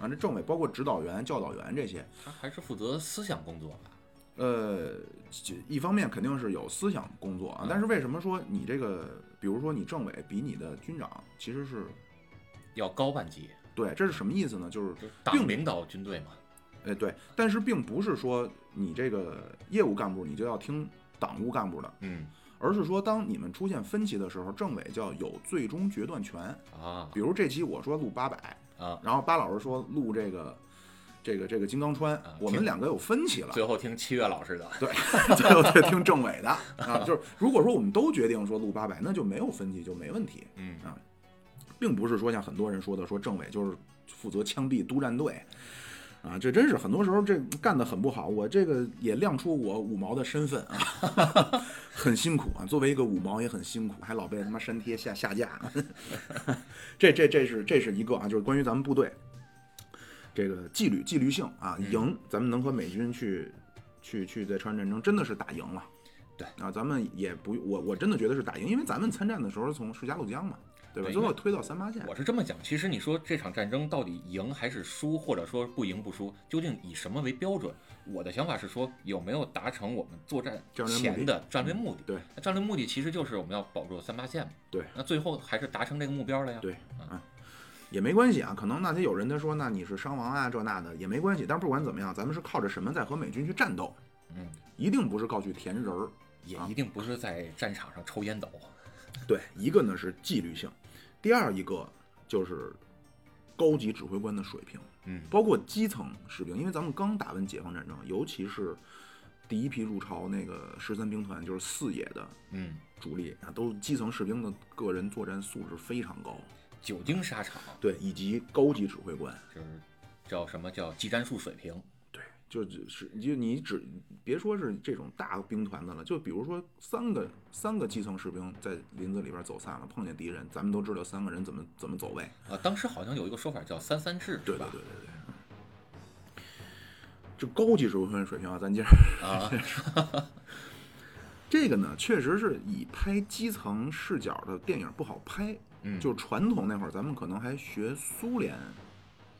Speaker 1: 啊，这政委包括指导员、教导员这些，
Speaker 2: 他还是负责思想工作吧？
Speaker 1: 呃，这一方面肯定是有思想工作啊
Speaker 2: 嗯，
Speaker 1: 但是为什么说你这个，比如说你政委比你的军长其实是
Speaker 2: 要高半级，
Speaker 1: 对，这是什么意思呢？就是
Speaker 2: 就是党领导军队嘛。
Speaker 1: 哎对，但是并不是说你这个业务干部你就要听党务干部的，
Speaker 2: 嗯
Speaker 1: 而是说当你们出现分歧的时候，政委叫有最终决断权。
Speaker 2: 啊
Speaker 1: 比如这期我说录八百，
Speaker 2: 啊，
Speaker 1: 然后巴老师说录这个这个这个金刚川，
Speaker 2: 啊
Speaker 1: 我们
Speaker 2: 听
Speaker 1: 两个有分歧了，
Speaker 2: 最后听七月老师的。
Speaker 1: 对， <laughs> 最后得听政委的啊。就是如果说我们都决定说录八百，那就没有分歧，就没问题，
Speaker 2: 嗯
Speaker 1: 并不是说像很多人说的，说政委就是负责枪毙督战队。啊，这真是很多时候这干得很不好，我这个也亮出我五毛的身份啊， <laughs> 很辛苦啊，作为一个五毛也很辛苦，还老被他妈删帖下 <laughs> 下架，这这这是这是一个啊，就是关于咱们部队，这这个纪律纪律性啊，
Speaker 2: 嗯
Speaker 1: 赢，咱们能和美军去去去在朝鲜战争真的是打赢了。
Speaker 2: 对
Speaker 1: 啊，咱们也不，我我真的觉得是打赢，因为咱们参战的时候从是鸭绿江嘛，对吧？
Speaker 2: 对
Speaker 1: 最
Speaker 2: 因
Speaker 1: 后
Speaker 2: 为
Speaker 1: 推到三八线，
Speaker 2: 我是这么讲，其实你说这场战争到底赢还是输，或者说不赢不输，究竟以什么为标准？我的想法是说，有没有达成我们作战
Speaker 1: 战略目的嗯
Speaker 2: 前的战略目的？
Speaker 1: 对，
Speaker 2: 那战略目的其实就是我们要保住三八线嘛。
Speaker 1: 对
Speaker 2: 那最后还是达成这个目标了呀。
Speaker 1: 对啊，也没关系啊。可能那天有人他说，那你是伤亡啊，这那的也没关系。但不管怎么样，咱们是靠着什么在和美军去战斗？
Speaker 2: 嗯，
Speaker 1: 一定不是靠去填人儿。
Speaker 2: 也一定不是在战场上抽烟斗。
Speaker 1: 对，一个呢是纪律性，第二一个就是高级指挥官的水平，
Speaker 2: 嗯
Speaker 1: 包括基层士兵。因为咱们刚打完解放战争，尤其是第一批入朝那个十三兵团，就是四野的
Speaker 2: 嗯，
Speaker 1: 主力啊，都基层士兵的个人作战素质非常高。
Speaker 2: 久经沙场，
Speaker 1: 对，以及高级指挥官，
Speaker 2: 就是叫什么叫技战术水平。
Speaker 1: 对，就只是就你只别说是这种大兵团的了，就比如说三个三个基层士兵在林子里边走散了，碰见敌人，咱们都知道三个人怎么怎么走位。
Speaker 2: 啊，当时好像有一个说法叫“三三制”，
Speaker 1: 对
Speaker 2: 吧
Speaker 1: 对？对对对。嗯这高级指挥官水平啊，咱接着 <laughs>
Speaker 2: 啊，
Speaker 1: 这个呢，确实是以拍基层视角的电影不好拍。
Speaker 2: 嗯
Speaker 1: 就是传统那会儿，咱们可能还学苏联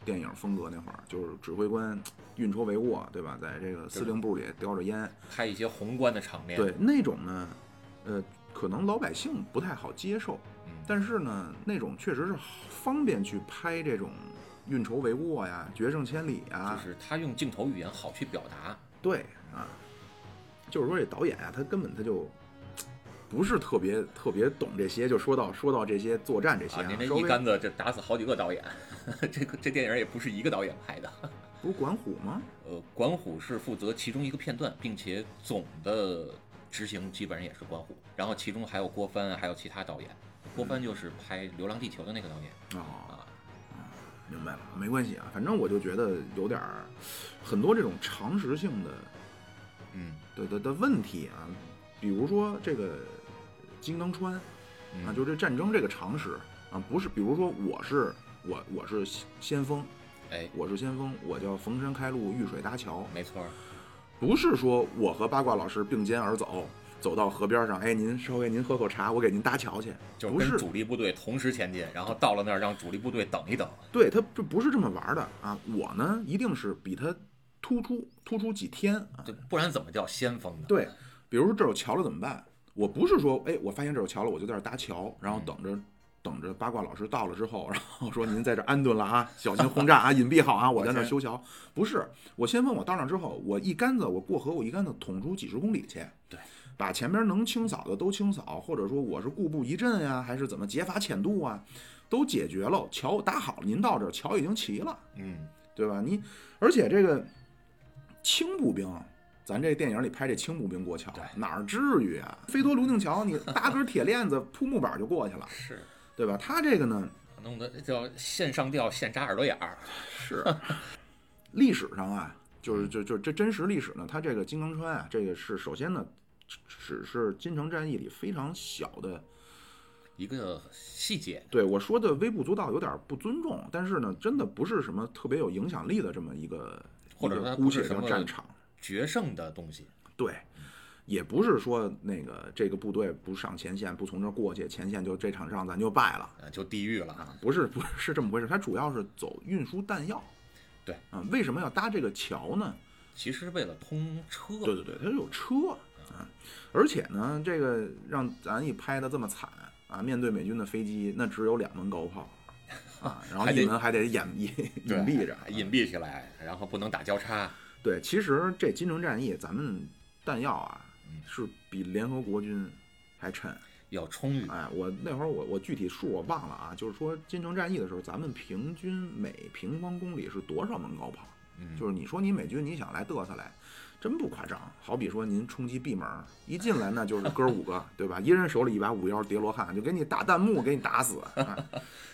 Speaker 1: 电影风格那会儿，就是指挥官运筹帷幄，对吧？在这个司令部里叼着烟，
Speaker 2: 拍一些宏观的场面。
Speaker 1: 对那种呢，呃，可能老百姓不太好接受，
Speaker 2: 嗯，
Speaker 1: 但是呢，那种确实是好方便去拍这种运筹帷幄呀、决胜千里啊，
Speaker 2: 就是他用镜头语言好去表达。
Speaker 1: 对啊，就是说这导演啊，他根本他就不是特别特别懂这些，就说到说到这些作战这些
Speaker 2: 啊，您这
Speaker 1: 稍
Speaker 2: 一
Speaker 1: 微
Speaker 2: 竿子这打死好几个导演， <laughs> 这个这电影也不是一个导演拍的。
Speaker 1: 不是管虎吗？
Speaker 2: 呃，管虎是负责其中一个片段，并且总的执行基本上也是管虎，然后其中还有郭帆，啊还有其他导演。郭
Speaker 1: 嗯
Speaker 2: 帆就是拍《流浪地球》的那个导演
Speaker 1: 哦，
Speaker 2: 啊，
Speaker 1: 明白了，没关系啊，反正我就觉得有点儿很多这种常识性的
Speaker 2: 嗯
Speaker 1: 的的的问题啊，比如说这个金刚川啊，
Speaker 2: 嗯，
Speaker 1: 就这战争这个常识啊，不是，比如说我是我我是先锋，
Speaker 2: 哎，
Speaker 1: 我是先锋，我叫逢山开路，遇水搭桥，
Speaker 2: 没错儿，
Speaker 1: 不是说我和八卦老师并肩而走，走到河边上，哎，您稍微您喝口茶，我给您搭桥去，
Speaker 2: 就是
Speaker 1: 不
Speaker 2: 跟
Speaker 1: 是
Speaker 2: 主力部队同时前进，然后到了那儿让主力部队等一等。
Speaker 1: 对他这不是这么玩的啊，我呢一定是比他突出突出几天啊，
Speaker 2: 对，不然怎么叫先锋呢？
Speaker 1: 对，比如说这有桥了怎么办？我不是说，哎，我发现这有桥了，我就在这儿搭桥，然后等着。等着八卦老师到了之后， <laughs> 然后说您在这儿安顿了啊，小心轰炸啊，隐蔽好啊，我在那儿修桥。不是，我先问我到那儿之后，我一竿子我过河，我一竿子捅出几十公里去，
Speaker 2: 对，
Speaker 1: 把前边能清扫的都清扫，或者说我是固步一阵呀、还是怎么解法浅度啊，都解决了，桥搭好了，您到这儿桥已经齐了，
Speaker 2: 嗯，
Speaker 1: 对吧？你而且这个轻步兵，咱这电影里拍这轻步兵过桥
Speaker 2: 对，
Speaker 1: 哪儿至于啊？飞多卢定桥，你搭根铁链子铺木板就过去了，
Speaker 2: 是
Speaker 1: 对吧？他这个呢
Speaker 2: 弄得叫线上吊，线扎耳朵眼儿。 <laughs>
Speaker 1: 是历史上啊，就是就就这真实历史呢，它这个金刚川啊，这个是首先呢，只只是金城战役里非常小的，
Speaker 2: 一个细节，
Speaker 1: 对我说的微不足道，有点不尊重，但是呢，真的不是什么特别有影响力的这么一个
Speaker 2: 或者
Speaker 1: 一
Speaker 2: 说它
Speaker 1: 个
Speaker 2: 不
Speaker 1: 姑
Speaker 2: 是
Speaker 1: 且
Speaker 2: 什
Speaker 1: 叫
Speaker 2: 么
Speaker 1: 战场。
Speaker 2: 决胜的东西。
Speaker 1: 对，也不是说那个这个部队不上前线，不从这儿过去，前线就这场仗咱就败了，
Speaker 2: 啊，就地狱了啊！
Speaker 1: 不是不是是这么回事，它主要是走运输弹药。
Speaker 2: 对
Speaker 1: 啊，为什么要搭这个桥呢？
Speaker 2: 其实为了通车，
Speaker 1: 对对对，它有车啊，而且呢，这个让咱一拍的这么惨啊，面对美军的飞机，那只有两门高
Speaker 2: <laughs>
Speaker 1: 炮啊，然后
Speaker 2: 还得
Speaker 1: 一门还得掩隐隐
Speaker 2: 对
Speaker 1: 蔽着，
Speaker 2: 啊隐蔽起来，然后不能打交叉。
Speaker 1: 对，其实这金城战役，咱们弹药啊
Speaker 2: 嗯
Speaker 1: 是比联合国军还沉。
Speaker 2: 要充裕，
Speaker 1: 哎，我那会儿我我具体数我忘了啊，就是说金城战役的时候，咱们平均每平方公里是多少门高炮？
Speaker 2: 嗯，
Speaker 1: 就是你说你美军你想来嘚瑟来，真不夸张。好比说您冲击闭门儿，一进来那就是哥儿五个，对吧？一人手里一把五幺叠罗汉，就给你打弹幕，给你打死。哎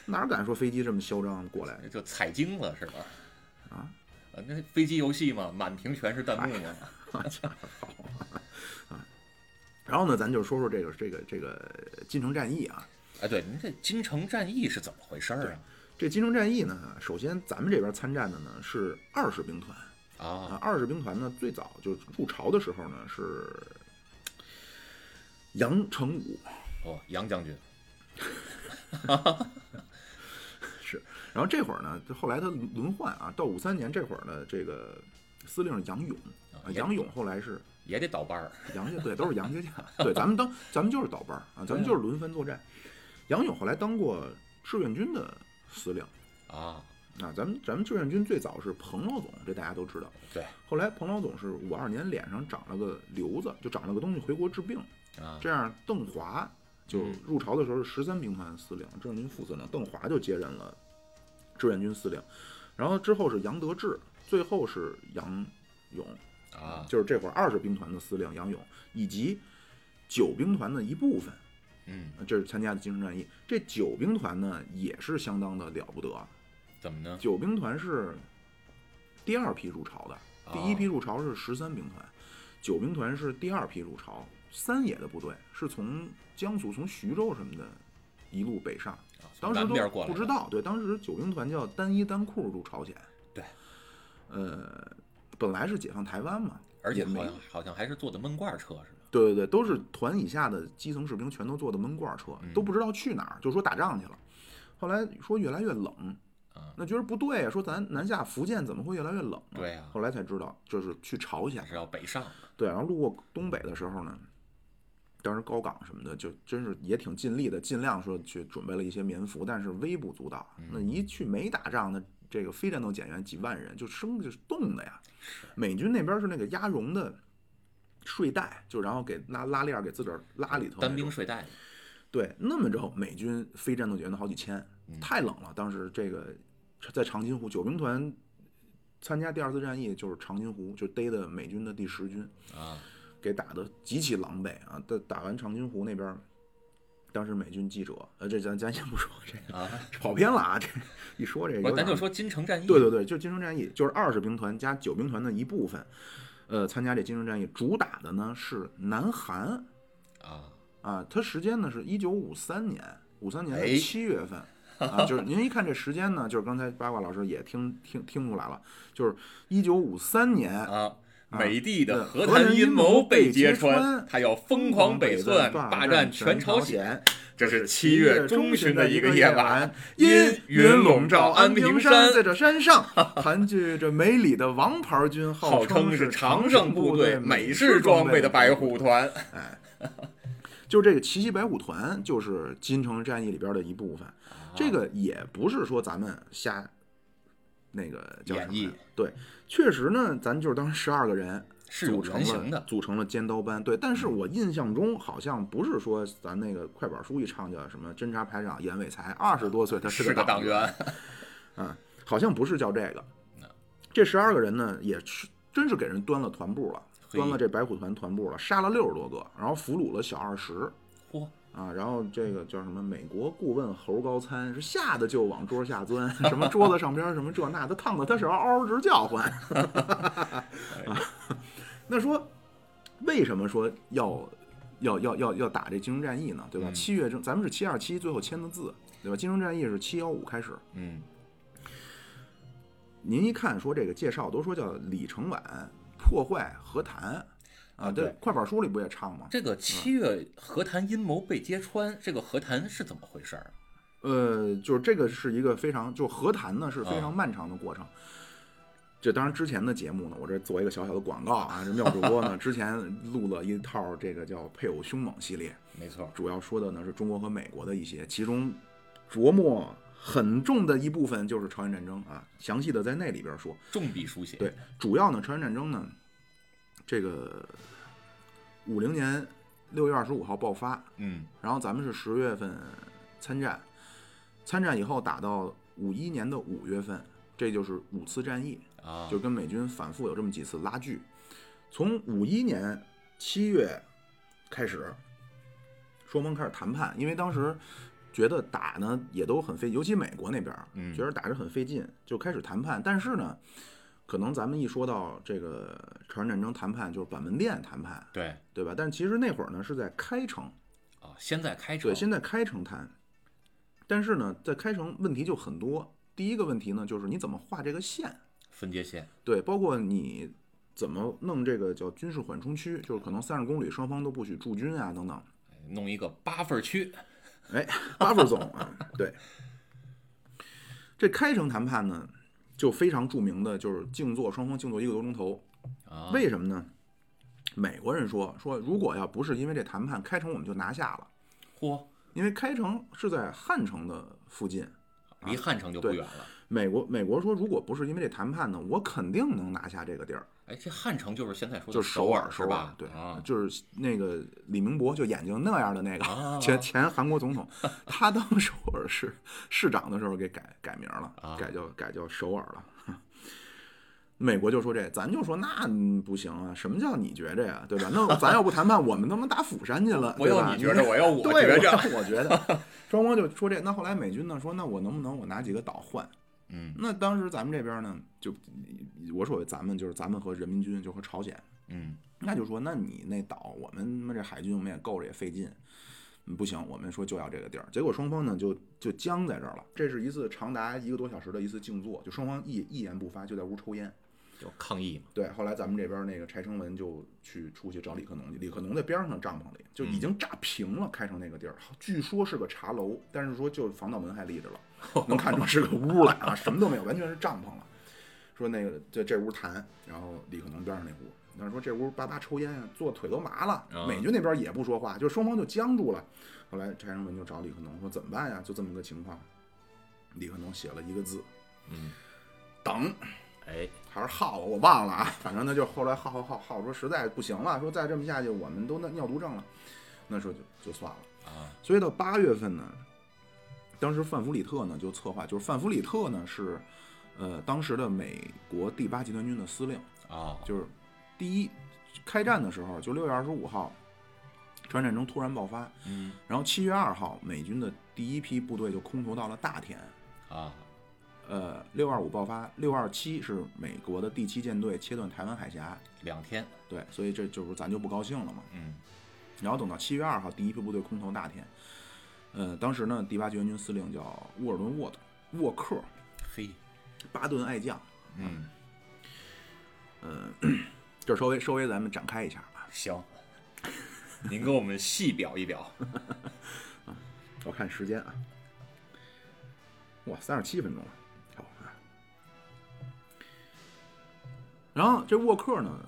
Speaker 1: 哪儿敢说飞机这么嚣张过来？ <laughs>
Speaker 2: 就踩精了是吧？
Speaker 1: 啊
Speaker 2: 呃，那飞机游戏嘛，满屏全是弹幕嘛。
Speaker 1: <laughs> 哎啊然后呢，咱就说说这个这个这个金城战役啊，
Speaker 2: 哎，对，您这金城战役是怎么回事儿啊？
Speaker 1: 这金城战役呢，首先咱们这边参战的呢是二十兵团
Speaker 2: 啊，，
Speaker 1: 啊二十兵团呢最早就入朝的时候呢是杨成武，
Speaker 2: 哦，杨将军，
Speaker 1: 然后这会儿呢，就后来他轮换啊，到五三年这会儿呢，这个司令是杨勇
Speaker 2: 啊
Speaker 1: 啊，杨勇后来是
Speaker 2: 也得倒班儿，
Speaker 1: 杨家，对，都是杨家将，对，咱们当咱们就是倒班儿啊，咱们就是轮番作战。杨勇后来当过志愿军的司令
Speaker 2: 啊，
Speaker 1: 啊，咱们咱们志愿军最早是彭老总，这大家都知道。
Speaker 2: 对，
Speaker 1: 后来彭老总是五二年脸上长了个瘤子，就长了个东西，回国治病。
Speaker 2: 啊，
Speaker 1: 这样，邓华就
Speaker 2: 嗯
Speaker 1: 入朝的时候是十三兵团司令，志愿军副司令，邓华就接任了志愿军司令。然后之后是杨得志，最后是杨勇，
Speaker 2: 啊，
Speaker 1: 就是这会儿二十兵团的司令杨勇，以及九兵团的一部分，
Speaker 2: 嗯，
Speaker 1: 这是参加的金城战役。这九兵团呢，也是相当的了不得。
Speaker 2: 怎么呢？
Speaker 1: 九兵团是第二批入朝
Speaker 2: 啊
Speaker 1: 的，第一批入朝是十三兵团，九兵团是第二批入朝。三野的部队是从江苏、从徐州什么的，一路北上，
Speaker 2: 啊从
Speaker 1: 当时
Speaker 2: 南边
Speaker 1: 都
Speaker 2: 过来
Speaker 1: 不
Speaker 2: 的，
Speaker 1: 知道。对，当时九兵团叫单衣单裤入朝鲜。
Speaker 2: 对，
Speaker 1: 呃，本来是解放台湾嘛，
Speaker 2: 而且
Speaker 1: 也没
Speaker 2: 好像好像还是坐的闷罐车是吧？
Speaker 1: 对对对，都是团以下的基层士兵全都坐的闷罐车，
Speaker 2: 嗯
Speaker 1: 都不知道去哪儿，就说打仗去了。后来说越来越冷，
Speaker 2: 啊，
Speaker 1: 那觉得不对呀，说咱南下福建怎么会越来越冷呢？
Speaker 2: 对呀
Speaker 1: 后来才知道这是去朝鲜
Speaker 2: 还。是要北上，
Speaker 1: 对，然后路过东北的时候呢，当时高岗什么的就真是也挺尽力的，尽量说去准备了一些棉服，但是微不足道。
Speaker 2: 嗯
Speaker 1: 那一去没打仗的这个非战斗减员几万人，就生就是冻的呀。美军那边是那个鸭绒的睡袋，就然后给拉拉链儿给自个儿拉里头那
Speaker 2: 单兵
Speaker 1: 种
Speaker 2: 睡袋嘛，
Speaker 1: 对，那么着美军非战斗减员的好几千，
Speaker 2: 嗯
Speaker 1: 太冷了。当时这个在长津湖，九兵团参加第二次战役就是长津湖，就逮的美军的第十军。
Speaker 2: 啊，
Speaker 1: 给打得极其狼狈啊！打打完长津湖那边儿，当时美军记者，呃，这咱咱先不说这个，
Speaker 2: 啊
Speaker 1: 跑偏了啊！这一 <laughs> 说这个有
Speaker 2: 不
Speaker 1: 点
Speaker 2: 是，
Speaker 1: 儿，
Speaker 2: 咱就说金城战役，
Speaker 1: 对对对，就是金城战役，就是二十兵团加九兵团的一部分，呃，参加这金城战役，主打的呢是南韩
Speaker 2: 啊，
Speaker 1: 啊，它时间呢是一九五三年，五三年
Speaker 2: 哎
Speaker 1: 的七月份。
Speaker 2: <laughs>
Speaker 1: 啊，就是您一看这时间呢，就是刚才八卦老师也听听听出来了，就是一九五三年
Speaker 2: 啊，美帝的和
Speaker 1: 河
Speaker 2: 谈
Speaker 1: 南
Speaker 2: 阴
Speaker 1: 阴
Speaker 2: 谋
Speaker 1: 谋
Speaker 2: 被
Speaker 1: 被
Speaker 2: 揭
Speaker 1: 揭
Speaker 2: 穿
Speaker 1: 穿，
Speaker 2: 他要疯狂
Speaker 1: 狂
Speaker 2: 北
Speaker 1: 算
Speaker 2: 算，
Speaker 1: 霸
Speaker 2: 霸占全
Speaker 1: 全
Speaker 2: 朝鲜。
Speaker 1: 鲜。
Speaker 2: 这是七月中旬的一个夜晚，
Speaker 1: 阴
Speaker 2: 阴云笼罩安平山
Speaker 1: 在这
Speaker 2: <laughs>
Speaker 1: 山上盘踞着梅里的王牌军，
Speaker 2: 号称
Speaker 1: 是
Speaker 2: 是常胜部队美式装备的白虎。团。
Speaker 1: 就这个奇袭白虎团，就是金城战役里边的一部分。这个也不是说咱们瞎那个叫什么
Speaker 2: 演
Speaker 1: 呀
Speaker 2: 绎，
Speaker 1: 对，确实呢，咱就是当时十二个人，
Speaker 2: 是有
Speaker 1: 组成
Speaker 2: 原型
Speaker 1: 了
Speaker 2: 的嗯
Speaker 1: 组成了尖刀班，对。但是我印象中好像不是说咱那个快板书一唱叫什么侦察排长严伟才二十多岁，他
Speaker 2: 是
Speaker 1: 个
Speaker 2: 个党员，嗯
Speaker 1: 啊，好像不是叫这个。这十二个人呢，也是真是给人端了团部了，
Speaker 2: 嘿
Speaker 1: 端了这白虎团团部了，杀了六十多个，然后俘虏了小二十。
Speaker 2: 嚯，
Speaker 1: 啊，然后这个叫什么？美国顾问侯高参是吓得就往桌下钻，什么桌子上边儿什么这那，他烫的他是嗷嗷直叫唤。
Speaker 2: <laughs>
Speaker 1: 啊，
Speaker 2: 哎
Speaker 1: 那说为什么说要要要要要打这金融战役呢？对吧？
Speaker 2: 嗯
Speaker 1: 七月中，咱们是七二七最后签的字，对吧？金融战役是七幺五开始。
Speaker 2: 嗯，
Speaker 1: 您一看说这个介绍都说叫李承晚破坏和谈啊，这
Speaker 2: 对
Speaker 1: 快板书里不也唱吗？
Speaker 2: 这个七月和谈阴谋被揭穿，这个和谈是怎么回事儿？
Speaker 1: 呃，就是这个是一个非常，就和谈呢是非
Speaker 2: 啊
Speaker 1: 常漫长的过程。这当然之前的节目呢，我这做一个小小的广告啊，这妙主播呢之前录了一套这个叫《配偶凶猛》系列，
Speaker 2: 没错，
Speaker 1: 主要说的呢是中国和美国的一些，其中琢磨很重的一部分就是朝鲜战争啊，详细的在那里边说。
Speaker 2: 重笔书写。
Speaker 1: 对，主要呢，朝鲜战争呢，这个五零年六月二十五号爆发，
Speaker 2: 嗯，
Speaker 1: 然后咱们是十月份参战，参战以后打到五一年的五月份，这就是五次战役，
Speaker 2: 啊，
Speaker 1: 就跟美军反复有这么几次拉锯。从五一年七月开始，双方开始谈判，因为当时觉得打呢也都很费，尤其美国那边儿，
Speaker 2: 嗯
Speaker 1: 觉得打着很费劲，就开始谈判。但是呢，可能咱们一说到这个朝鲜战争谈判，就是板门店谈判，
Speaker 2: 对
Speaker 1: 对吧？但其实那会儿呢是在开城，
Speaker 2: 啊，现在开
Speaker 1: 对，
Speaker 2: 城，
Speaker 1: 现在开城谈，但是呢，在开城问题就很多。第一个问题呢，就是你怎么画这个线？
Speaker 2: 分界线，
Speaker 1: 对，包括你怎么弄这个叫军事缓冲区，就是可能三十公里双方都不许驻军啊等等。
Speaker 2: 哎弄一个八分区，
Speaker 1: 哎，巴布总啊， <laughs> 对。这开城谈判呢，就非常著名的就是静坐，双方静坐一个多钟头。
Speaker 2: 啊，
Speaker 1: 为什么呢？美国人说说，如果要不是因为这谈判，开城我们就拿下了，
Speaker 2: 嚯，
Speaker 1: 因为开城是在汉城的附近。
Speaker 2: 离汉城就不
Speaker 1: 对
Speaker 2: 远了。
Speaker 1: 美国美国说，如果不是因为这谈判呢，我肯定能拿下这个地儿，
Speaker 2: 哎，这汉城就是现在说的
Speaker 1: 就是
Speaker 2: 首
Speaker 1: 尔，
Speaker 2: 是
Speaker 1: 首
Speaker 2: 吧？
Speaker 1: 对，
Speaker 2: 啊，
Speaker 1: 就是那个李明博，就眼睛那样的那个、
Speaker 2: 啊
Speaker 1: 前 <laughs> 前韩国总统，他当首尔市市长的时候给改改名了，
Speaker 2: 啊
Speaker 1: 改叫改叫首尔了。 <laughs> 美国就说这，咱就说那嗯不行啊，什么叫你觉着呀，对
Speaker 2: <laughs>
Speaker 1: 吧？那咱要不谈判，我们他妈打釜山去了，
Speaker 2: 不
Speaker 1: 对吧
Speaker 2: 要你觉着， <laughs> 我要我觉
Speaker 1: 对，
Speaker 2: 着，
Speaker 1: 我我觉得，双方就说这。那后来美军呢说，那我能不能我拿几个岛换？
Speaker 2: <laughs> 嗯
Speaker 1: 那当时咱们这边呢，就我所谓咱们就是咱们和人民军就和朝鲜，
Speaker 2: 嗯，
Speaker 1: 那就说那你那岛我们他妈这海军我们也够着也费劲，嗯不行，我们说就要这个地儿。结果双方呢就就僵在这儿了。这是一次长达一个多小时的一次静坐，就双方一一言不发，就在屋抽烟。
Speaker 2: 就抗议嘛，
Speaker 1: 对，后来咱们这边那个柴成文就去出去找李克农去，李克农在边上帐篷里就
Speaker 2: 嗯
Speaker 1: 已经炸平了，开成那个地儿，据说是个茶楼，但是说就防盗门还立着
Speaker 2: <laughs>
Speaker 1: 了，能看出是个屋来啊，什么都没有，完全是帐篷了。说那个这这屋谈，然后李克农边上那屋，但是说这屋叭叭抽烟啊，坐腿都麻了
Speaker 2: 啊，
Speaker 1: 美军那边也不说话，就双方就僵住了。后来柴成文就找李克农说怎么办呀？就这么个情况，李克农写了一个字，
Speaker 2: 嗯，
Speaker 1: 等。
Speaker 2: 哎，
Speaker 1: 还是耗我忘了啊，反正他就后来耗耗耗耗说实在不行了，说再这么下去我们都那尿毒症了，那时候就就算了。
Speaker 2: 啊，
Speaker 1: 所以到八月份呢，当时范弗里特呢就策划，就是范弗里特呢是呃当时的美国第八集团军的司令，
Speaker 2: 哦，
Speaker 1: 就是第一开战的时候就六月二十五号，朝鲜战争突然爆发，
Speaker 2: 嗯
Speaker 1: 然后七月二号美军的第一批部队就空投到了大田，
Speaker 2: 啊，
Speaker 1: 呃，六二五爆发，六二七是美国的第七舰队切断台湾海峡，
Speaker 2: 两天，
Speaker 1: 对，所以这就是咱就不高兴了嘛。
Speaker 2: 嗯，
Speaker 1: 然后等到七月二号，第一批部队空投大田，呃，当时呢，第八集团军司令叫沃尔顿沃特沃克
Speaker 2: 嘿，
Speaker 1: 巴顿爱将，啊呃
Speaker 2: 嗯，
Speaker 1: <clears throat> 这稍微稍微咱们展开一下吧。
Speaker 2: 行，您给我们细表一表，
Speaker 1: 我看时间啊，哇，三十七分钟了，好啊。然后这沃克呢，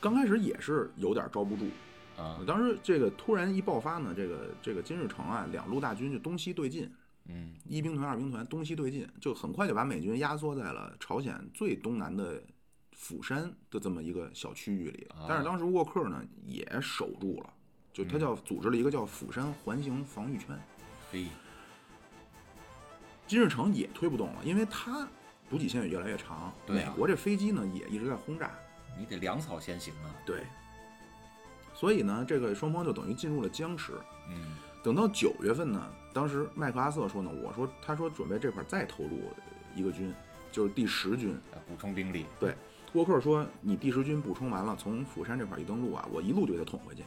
Speaker 1: 刚开始也是有点招不住，
Speaker 2: <laughs>
Speaker 1: 呃
Speaker 2: 啊，
Speaker 1: 当时这个突然一爆发呢，这个这个金日成啊，两路大军就东西对进，
Speaker 2: 嗯，
Speaker 1: 一兵团、二兵团东西对进，就很快就把美军压缩在了朝鲜最东南的釜山的这么一个小区域里
Speaker 2: 啊。
Speaker 1: 但是当时沃克呢也守住了，就他叫组织了一个叫釜山环形防御圈。
Speaker 2: 嘿，
Speaker 1: 金日成也推不动了，因为他补给线也越来越长，
Speaker 2: 对
Speaker 1: 美
Speaker 2: 啊
Speaker 1: 国这飞机呢也一直在轰炸。
Speaker 2: 你得粮草先行啊，
Speaker 1: 对，所以呢，这个双方就等于进入了僵持。
Speaker 2: 嗯，
Speaker 1: 等到九月份呢，当时麦克阿瑟说呢，我说他说准备这块儿再投入一个军，就是第十军。
Speaker 2: 来呃补充兵力，
Speaker 1: 对，沃克说你第十军补充完了，从釜山这块儿一登陆啊，我一路就给他捅回去。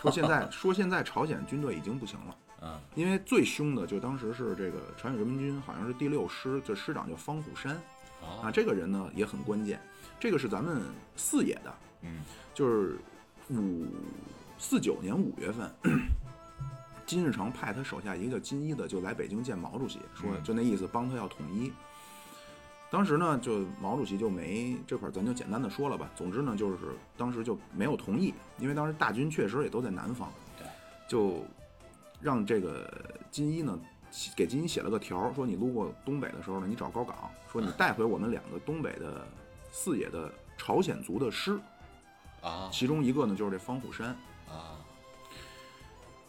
Speaker 1: 说
Speaker 2: <laughs>
Speaker 1: 现在说现在朝鲜军队已经不行了，
Speaker 2: 啊，
Speaker 1: 因为最凶的就当时是这个朝鲜人民军好像是第六师，这师长叫方虎山啊，
Speaker 2: 啊，
Speaker 1: 这个人呢也很关键，这个是咱们四野的，
Speaker 2: 嗯，
Speaker 1: 就是五四九年五月份， <clears throat> 金日成派他手下一个叫金一的就来北京见毛主席，说
Speaker 2: 嗯
Speaker 1: 就那意思帮他要统一。当时呢，就毛主席就没这块，儿，咱就简单的说了吧。总之呢，就是当时就没有同意，因为当时大军确实也都在南方，
Speaker 2: 对，
Speaker 1: 就让这个金一呢给金一写了个条儿，说你路过东北的时候呢，你找高岗，说你带回我们两个东北的四野的朝鲜族的师，
Speaker 2: 啊
Speaker 1: 其中一个呢就是这方虎山。
Speaker 2: 啊，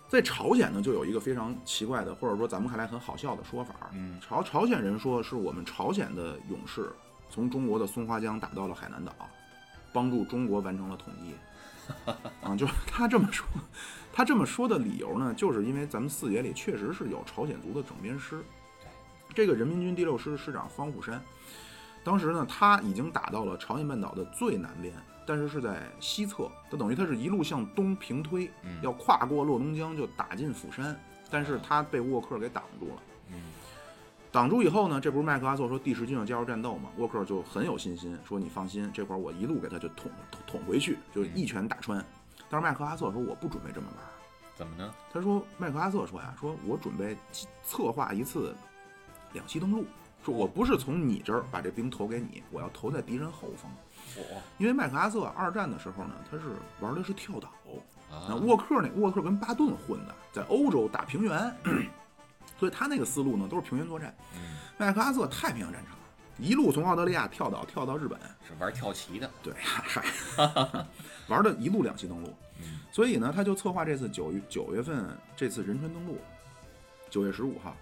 Speaker 1: 在朝鲜呢，就有一个非常奇怪的，或者说咱们看来很好笑的说法儿。
Speaker 2: 嗯
Speaker 1: 朝朝鲜人说是我们朝鲜的勇士从中国的松花江打到了海南岛，帮助中国完成了统一。啊，就是 <laughs> 他这么说，他这么说的理由呢，就是因为咱们四野里确实是有朝鲜族的整编师。这个人民军第六师师长方虎山，当时呢，他已经打到了朝鲜半岛的最南边，但是是在西侧，他等于他是一路向东平推，
Speaker 2: 嗯
Speaker 1: 要跨过洛东江就打进釜山，但是他被沃克给挡住了。
Speaker 2: 嗯
Speaker 1: 挡住以后呢，这不是麦克阿瑟说第十军要加入战斗嘛？沃克就很有信心，说你放心，这块儿我一路给他就捅捅捅回去，就一拳打穿。但是麦克阿瑟说我不准备这么玩儿，
Speaker 2: 怎么呢？
Speaker 1: 他说麦克阿瑟说呀，说我准备策划一次两栖登陆，说我不是从你这儿把这兵投给你，我要投在敌人后方。
Speaker 2: 我
Speaker 1: 因为麦克阿瑟二战的时候呢，他是玩的是跳岛，
Speaker 2: 啊，
Speaker 1: 那沃克呢？沃克跟巴顿混的，在欧洲打平原， <clears throat> 所以他那个思路呢都是平原作战。
Speaker 2: 嗯
Speaker 1: 麦克阿瑟太平洋战场，一路从澳大利亚跳岛跳到日本，
Speaker 2: 是玩跳棋的，
Speaker 1: 对，嗨，玩的一路两栖登陆。
Speaker 2: 嗯
Speaker 1: 所以呢，他就策划这次九月九月份这次仁川登陆，九月十五号，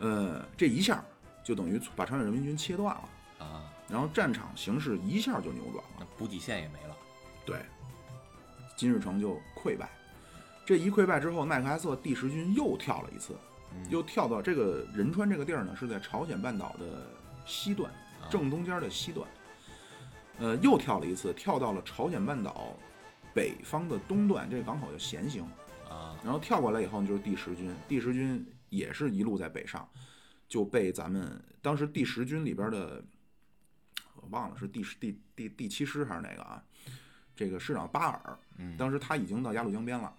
Speaker 1: 呃，这一下就等于把朝鲜人民军切断了，
Speaker 2: 啊，
Speaker 1: 然后战场形势一下就扭转了。
Speaker 2: 那补给线也没了，
Speaker 1: 对，金日成就溃败。这一溃败之后，麦克阿瑟第十军又跳了一次，
Speaker 2: 嗯
Speaker 1: 又跳到这个仁川这个地儿呢，是在朝鲜半岛的西段，
Speaker 2: 啊
Speaker 1: 正中间的西段。呃，又跳了一次，跳到了朝鲜半岛北方的东段，这个港口叫咸兴。
Speaker 2: 啊，
Speaker 1: 然后跳过来以后呢，就是第十军，第十军也是一路在北上，就被咱们当时第十军里边的，我忘了是第十第第第七师还是哪个啊？这个师长巴尔，
Speaker 2: 嗯，
Speaker 1: 当时他已经到鸭绿江边了，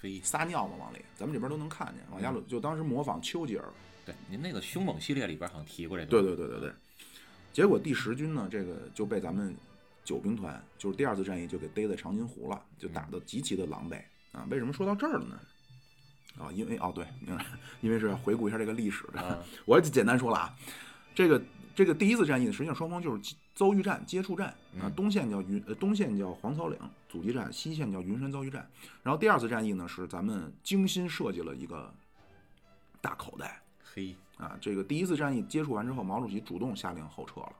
Speaker 2: 嘿，
Speaker 1: 撒尿嘛往里，咱们这边都能看见，往鸭绿就当时模仿丘吉尔，
Speaker 2: 对，您那个凶猛系列里边好像提过这个，
Speaker 1: 对对对对对。结果第十军呢，这个就被咱们九兵团，就是第二次战役就给逮在长津湖了，就打得极其的狼狈啊。为什么说到这儿了呢？啊、因为哦对，明白，因为是要回顾一下这个历史的。
Speaker 2: 啊，
Speaker 1: 我简单说了啊，这个这个第一次战役呢，实际上双方就是遭遇战、接触战啊，
Speaker 2: 嗯
Speaker 1: 东线叫云呃东线叫黄草岭阻击战，西线叫云山遭遇战。然后第二次战役呢，是咱们精心设计了一个大口袋，
Speaker 2: 嘿，
Speaker 1: 啊，这个第一次战役接触完之后，毛主席主动下令后撤了。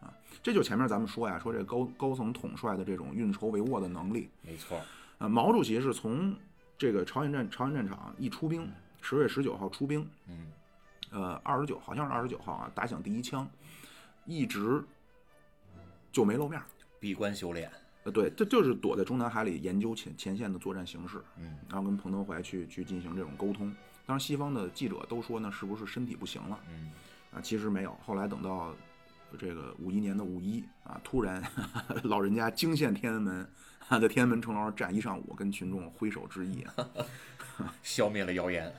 Speaker 1: 啊，这就前面咱们说呀，说这高高层统帅的这种运筹帷幄的能力
Speaker 2: 没错，
Speaker 1: 啊，毛主席是从这个朝鲜战朝鲜战场一出兵，十月十九号出兵，
Speaker 2: 嗯，
Speaker 1: 呃，二十九好像是二十九号啊，打响第一枪，一直就没露面儿。
Speaker 2: 闭关修炼，
Speaker 1: 呃，对，这就是躲在中南海里研究前前线的作战形势，
Speaker 2: 嗯，
Speaker 1: 然后跟彭德怀去去进行这种沟通。当然，西方的记者都说呢，是不是身体不行了？
Speaker 2: 嗯，
Speaker 1: 啊，其实没有。后来等到这个五一年的五一啊，突然 <laughs> 老人家惊现天安门，啊在天安门城楼上站一上午，跟群众挥手致意啊。
Speaker 2: 消灭了谣言，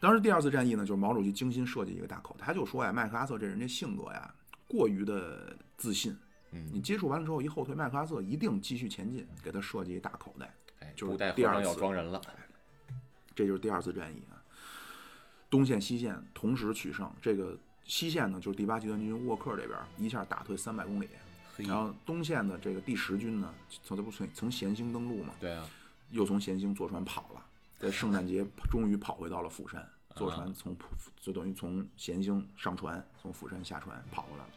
Speaker 1: 当时第二次战役呢，就是毛主席精心设计一个大口，他就说呀，麦克阿瑟这人这性格呀，过于的自信。你
Speaker 2: 嗯，
Speaker 1: 接触完了之后一后退，麦克阿瑟一定继续前进，给他设计一大口袋。
Speaker 2: 哎，
Speaker 1: 就是
Speaker 2: 古代和
Speaker 1: 第二
Speaker 2: 尚要
Speaker 1: 次
Speaker 2: 装人了，
Speaker 1: 这就是第二次战役啊。东线、西线同时取胜，这个西线呢，就是第八集团军沃克这边一下打退三百公里，
Speaker 2: 嘿，
Speaker 1: 然后东线的这个第十军呢，从这不从从咸兴登陆嘛，
Speaker 2: 对啊，
Speaker 1: 又从咸兴坐船跑了，在圣诞节终于跑回到了釜山，坐船从浦就等于从咸兴上船，从釜山下船跑过来了。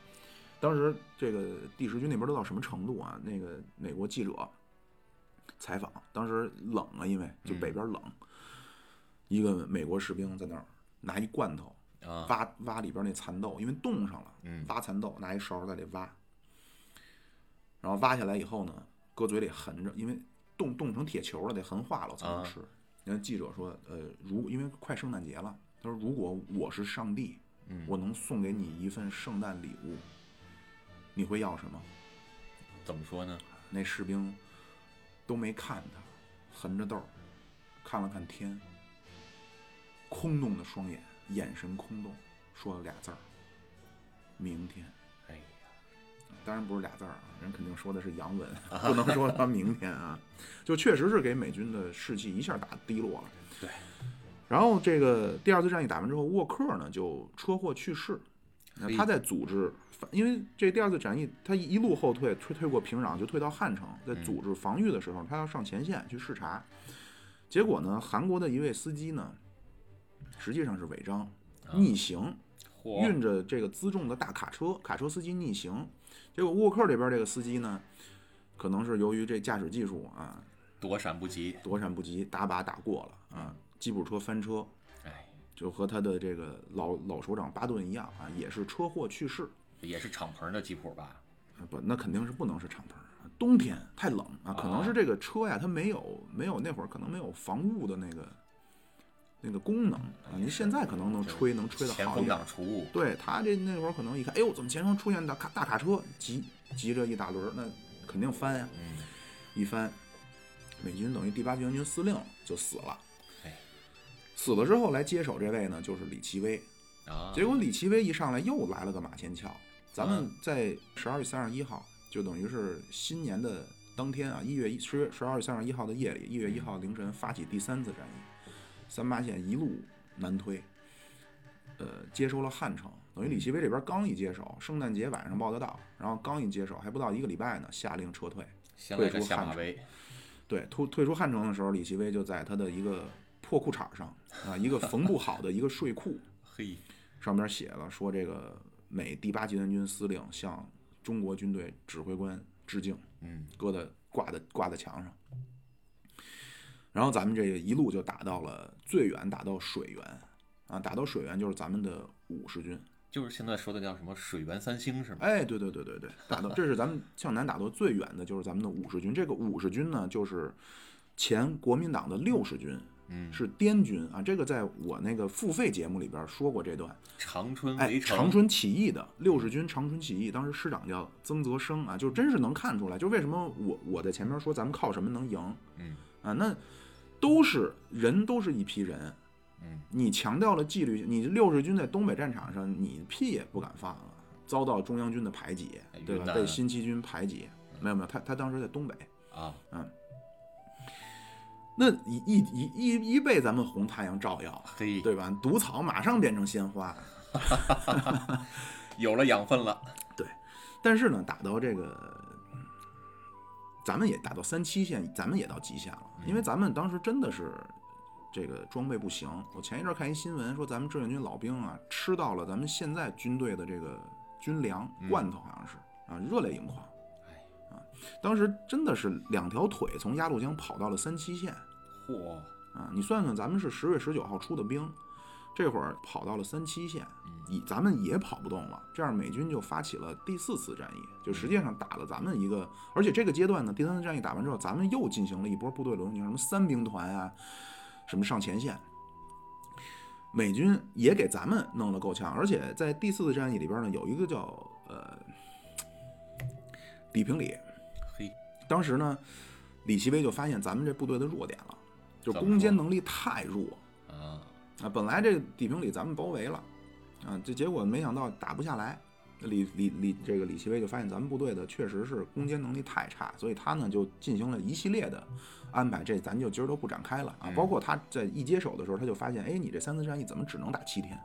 Speaker 1: 当时这个第十军那边都到什么程度啊？那个美国记者采访，当时冷啊，因为就北边冷，一个美国士兵在那儿拿一罐头
Speaker 2: 啊，
Speaker 1: 挖挖里边那蚕豆，因为冻上了，
Speaker 2: 嗯
Speaker 1: 挖蚕豆，拿一勺在里挖，然后挖下来以后呢，搁嘴里含着，因为冻冻成铁球了，得含化了才能
Speaker 2: 啊
Speaker 1: 吃。人家记者说，呃，如因为快圣诞节了，他说如果我是上帝，
Speaker 2: 嗯
Speaker 1: 我能送给你一份圣诞礼物，你会要什么？
Speaker 2: 怎么说呢？
Speaker 1: 那士兵都没看他，横着豆儿看了看天，空洞的双眼，眼神空洞，说了俩字儿：“明天。
Speaker 2: 哎呀，”
Speaker 1: 当然不是俩字儿啊，人肯定说的是洋文，不能说他明天啊。就确实是给美军的士气一下打低落了。
Speaker 2: 对。
Speaker 1: 然后这个第二次战役打完之后，沃克呢就车祸去世。那
Speaker 2: 嘿
Speaker 1: 他在组织反，因为这第二次战役，他一一路后退，退退过平壤，就退到汉城，在组织防御的时候，他要上前线去视察。结果呢，韩国的一位司机呢，实际上是违章逆行，
Speaker 2: 啊嚯，
Speaker 1: 运着这个辎重的大卡车，卡车司机逆行，结果沃克这边这个司机呢，可能是由于这驾驶技术啊
Speaker 2: 躲闪不及，
Speaker 1: 躲闪不及，打靶打过了啊，吉普车翻车，
Speaker 2: 哎，
Speaker 1: 就和他的这个老老首长巴顿一样啊，也是车祸去世。
Speaker 2: 也是敞篷的吉普吧？
Speaker 1: 啊不，那肯定是不能是敞篷儿，冬天太冷啊，可能
Speaker 2: 啊
Speaker 1: 是这个车呀，它没有没有那会儿可能没有防雾的那个那个功
Speaker 2: 嗯
Speaker 1: 能啊，
Speaker 2: 哎
Speaker 1: 您现在可能能吹能吹得
Speaker 2: 前
Speaker 1: 好一
Speaker 2: 风
Speaker 1: 点
Speaker 2: 挡。除雾，
Speaker 1: 对他这那会儿可能一看，哎呦，怎么前方出现大卡大卡车，急急着一大轮儿，那肯定翻呀，
Speaker 2: 嗯，
Speaker 1: 一翻，美军等于第八集团军司令就死了。
Speaker 2: 哎，
Speaker 1: 死了之后来接手这位呢，就是李奇微。
Speaker 2: 啊，
Speaker 1: 结果李奇微一上来又来了个马前桥，咱们
Speaker 2: 嗯
Speaker 1: 在十二月三十一号，就等于是新年的当天啊，一月一十十二月三十一号的夜里，一月一号凌晨发起第三次战役，三八线一路南推，呃，接收了汉城。等于李奇微这边刚一接手，圣诞节晚上报的到，然后刚一接手还不到一个礼拜呢，下令撤退。
Speaker 2: 先来个
Speaker 1: 退出
Speaker 2: 下马
Speaker 1: 汉城
Speaker 2: 威，
Speaker 1: 对，退退出汉城的时候，李奇微就在他的一个破裤衩上啊，一个缝不好的一个睡裤，
Speaker 2: 嘿，
Speaker 1: 上边写了说这个美第八集团军司令向中国军队指挥官致敬，
Speaker 2: 嗯，
Speaker 1: 搁在挂在挂在墙上。然后咱们这一路就打到了最远，打到水源啊，打到水源就是咱们的五十军。
Speaker 2: 就是现在说的叫什么水源三星是吗？
Speaker 1: 哎，对对对对对，打到这是咱们向南打到最远的就是咱们的五十军。这个五十军呢，就是前国民党的六十军，
Speaker 2: 嗯，
Speaker 1: 是滇军啊。这个在我那个付费节目里边说过这段。
Speaker 2: 长春
Speaker 1: 哎，
Speaker 2: 围城，
Speaker 1: 长春起义的六十军长春起义，当时师长叫曾泽生啊，就真是能看出来，就为什么我我在前面说咱们靠什么能赢
Speaker 2: 嗯
Speaker 1: 啊？那都是人，都是一批人。
Speaker 2: 嗯，
Speaker 1: 你强调了纪律，你六十军在东北战场上，你屁也不敢放了，遭到中央军的排挤
Speaker 2: 哎，
Speaker 1: 对
Speaker 2: 云
Speaker 1: 吧？
Speaker 2: 南嗯
Speaker 1: 被新七军排挤，没有没有，他他当时在东北，
Speaker 2: 啊，
Speaker 1: 那一一一一一被咱们红太阳照耀，啊
Speaker 2: 嘿，
Speaker 1: 对吧？毒草马上变成鲜花，啊
Speaker 2: 有了养分了，
Speaker 1: 但是呢，打到这个，嗯咱们也打到三七线，咱们也到极限了，
Speaker 2: 嗯
Speaker 1: 因为咱们当时真的是这个装备不行。我前一阵看一新闻说，咱们志愿军老兵啊，吃到了咱们现在军队的这个军粮
Speaker 2: 嗯
Speaker 1: 罐头，好像是啊，热泪盈眶。啊
Speaker 2: 哎，
Speaker 1: 当时真的是两条腿从鸭绿江跑到了三七线
Speaker 2: 嚯，
Speaker 1: 啊！你算算，咱们是十月十九号出的兵，这会儿跑到了三七线，
Speaker 2: 嗯
Speaker 1: 以咱们也跑不动了，这样美军就发起了第四次战役，就实际上打了咱们一个，而且这个阶段呢，第三次战役打完之后，咱们又进行了一波部队轮动，什么三兵团啊，什么上前线，美军也给咱们弄了够呛，而且在第四次战役里边呢，有一个叫呃李平里，
Speaker 2: 嘿，
Speaker 1: 当时呢，李奇微就发现咱们这部队的弱点了，就
Speaker 2: 怎么
Speaker 1: 攻坚
Speaker 2: 说
Speaker 1: 能力太弱，
Speaker 2: 啊，
Speaker 1: 啊，本来这个底平里咱们包围了，啊，这结果没想到打不下来。李李李，这个李奇微就发现咱们部队的确实是攻坚能力太差，所以他呢就进行了一系列的安排，这咱就今儿都不展开了啊。
Speaker 2: 嗯
Speaker 1: 包括他在一接手的时候，他就发现，哎，你这三次战役怎么只能打七天？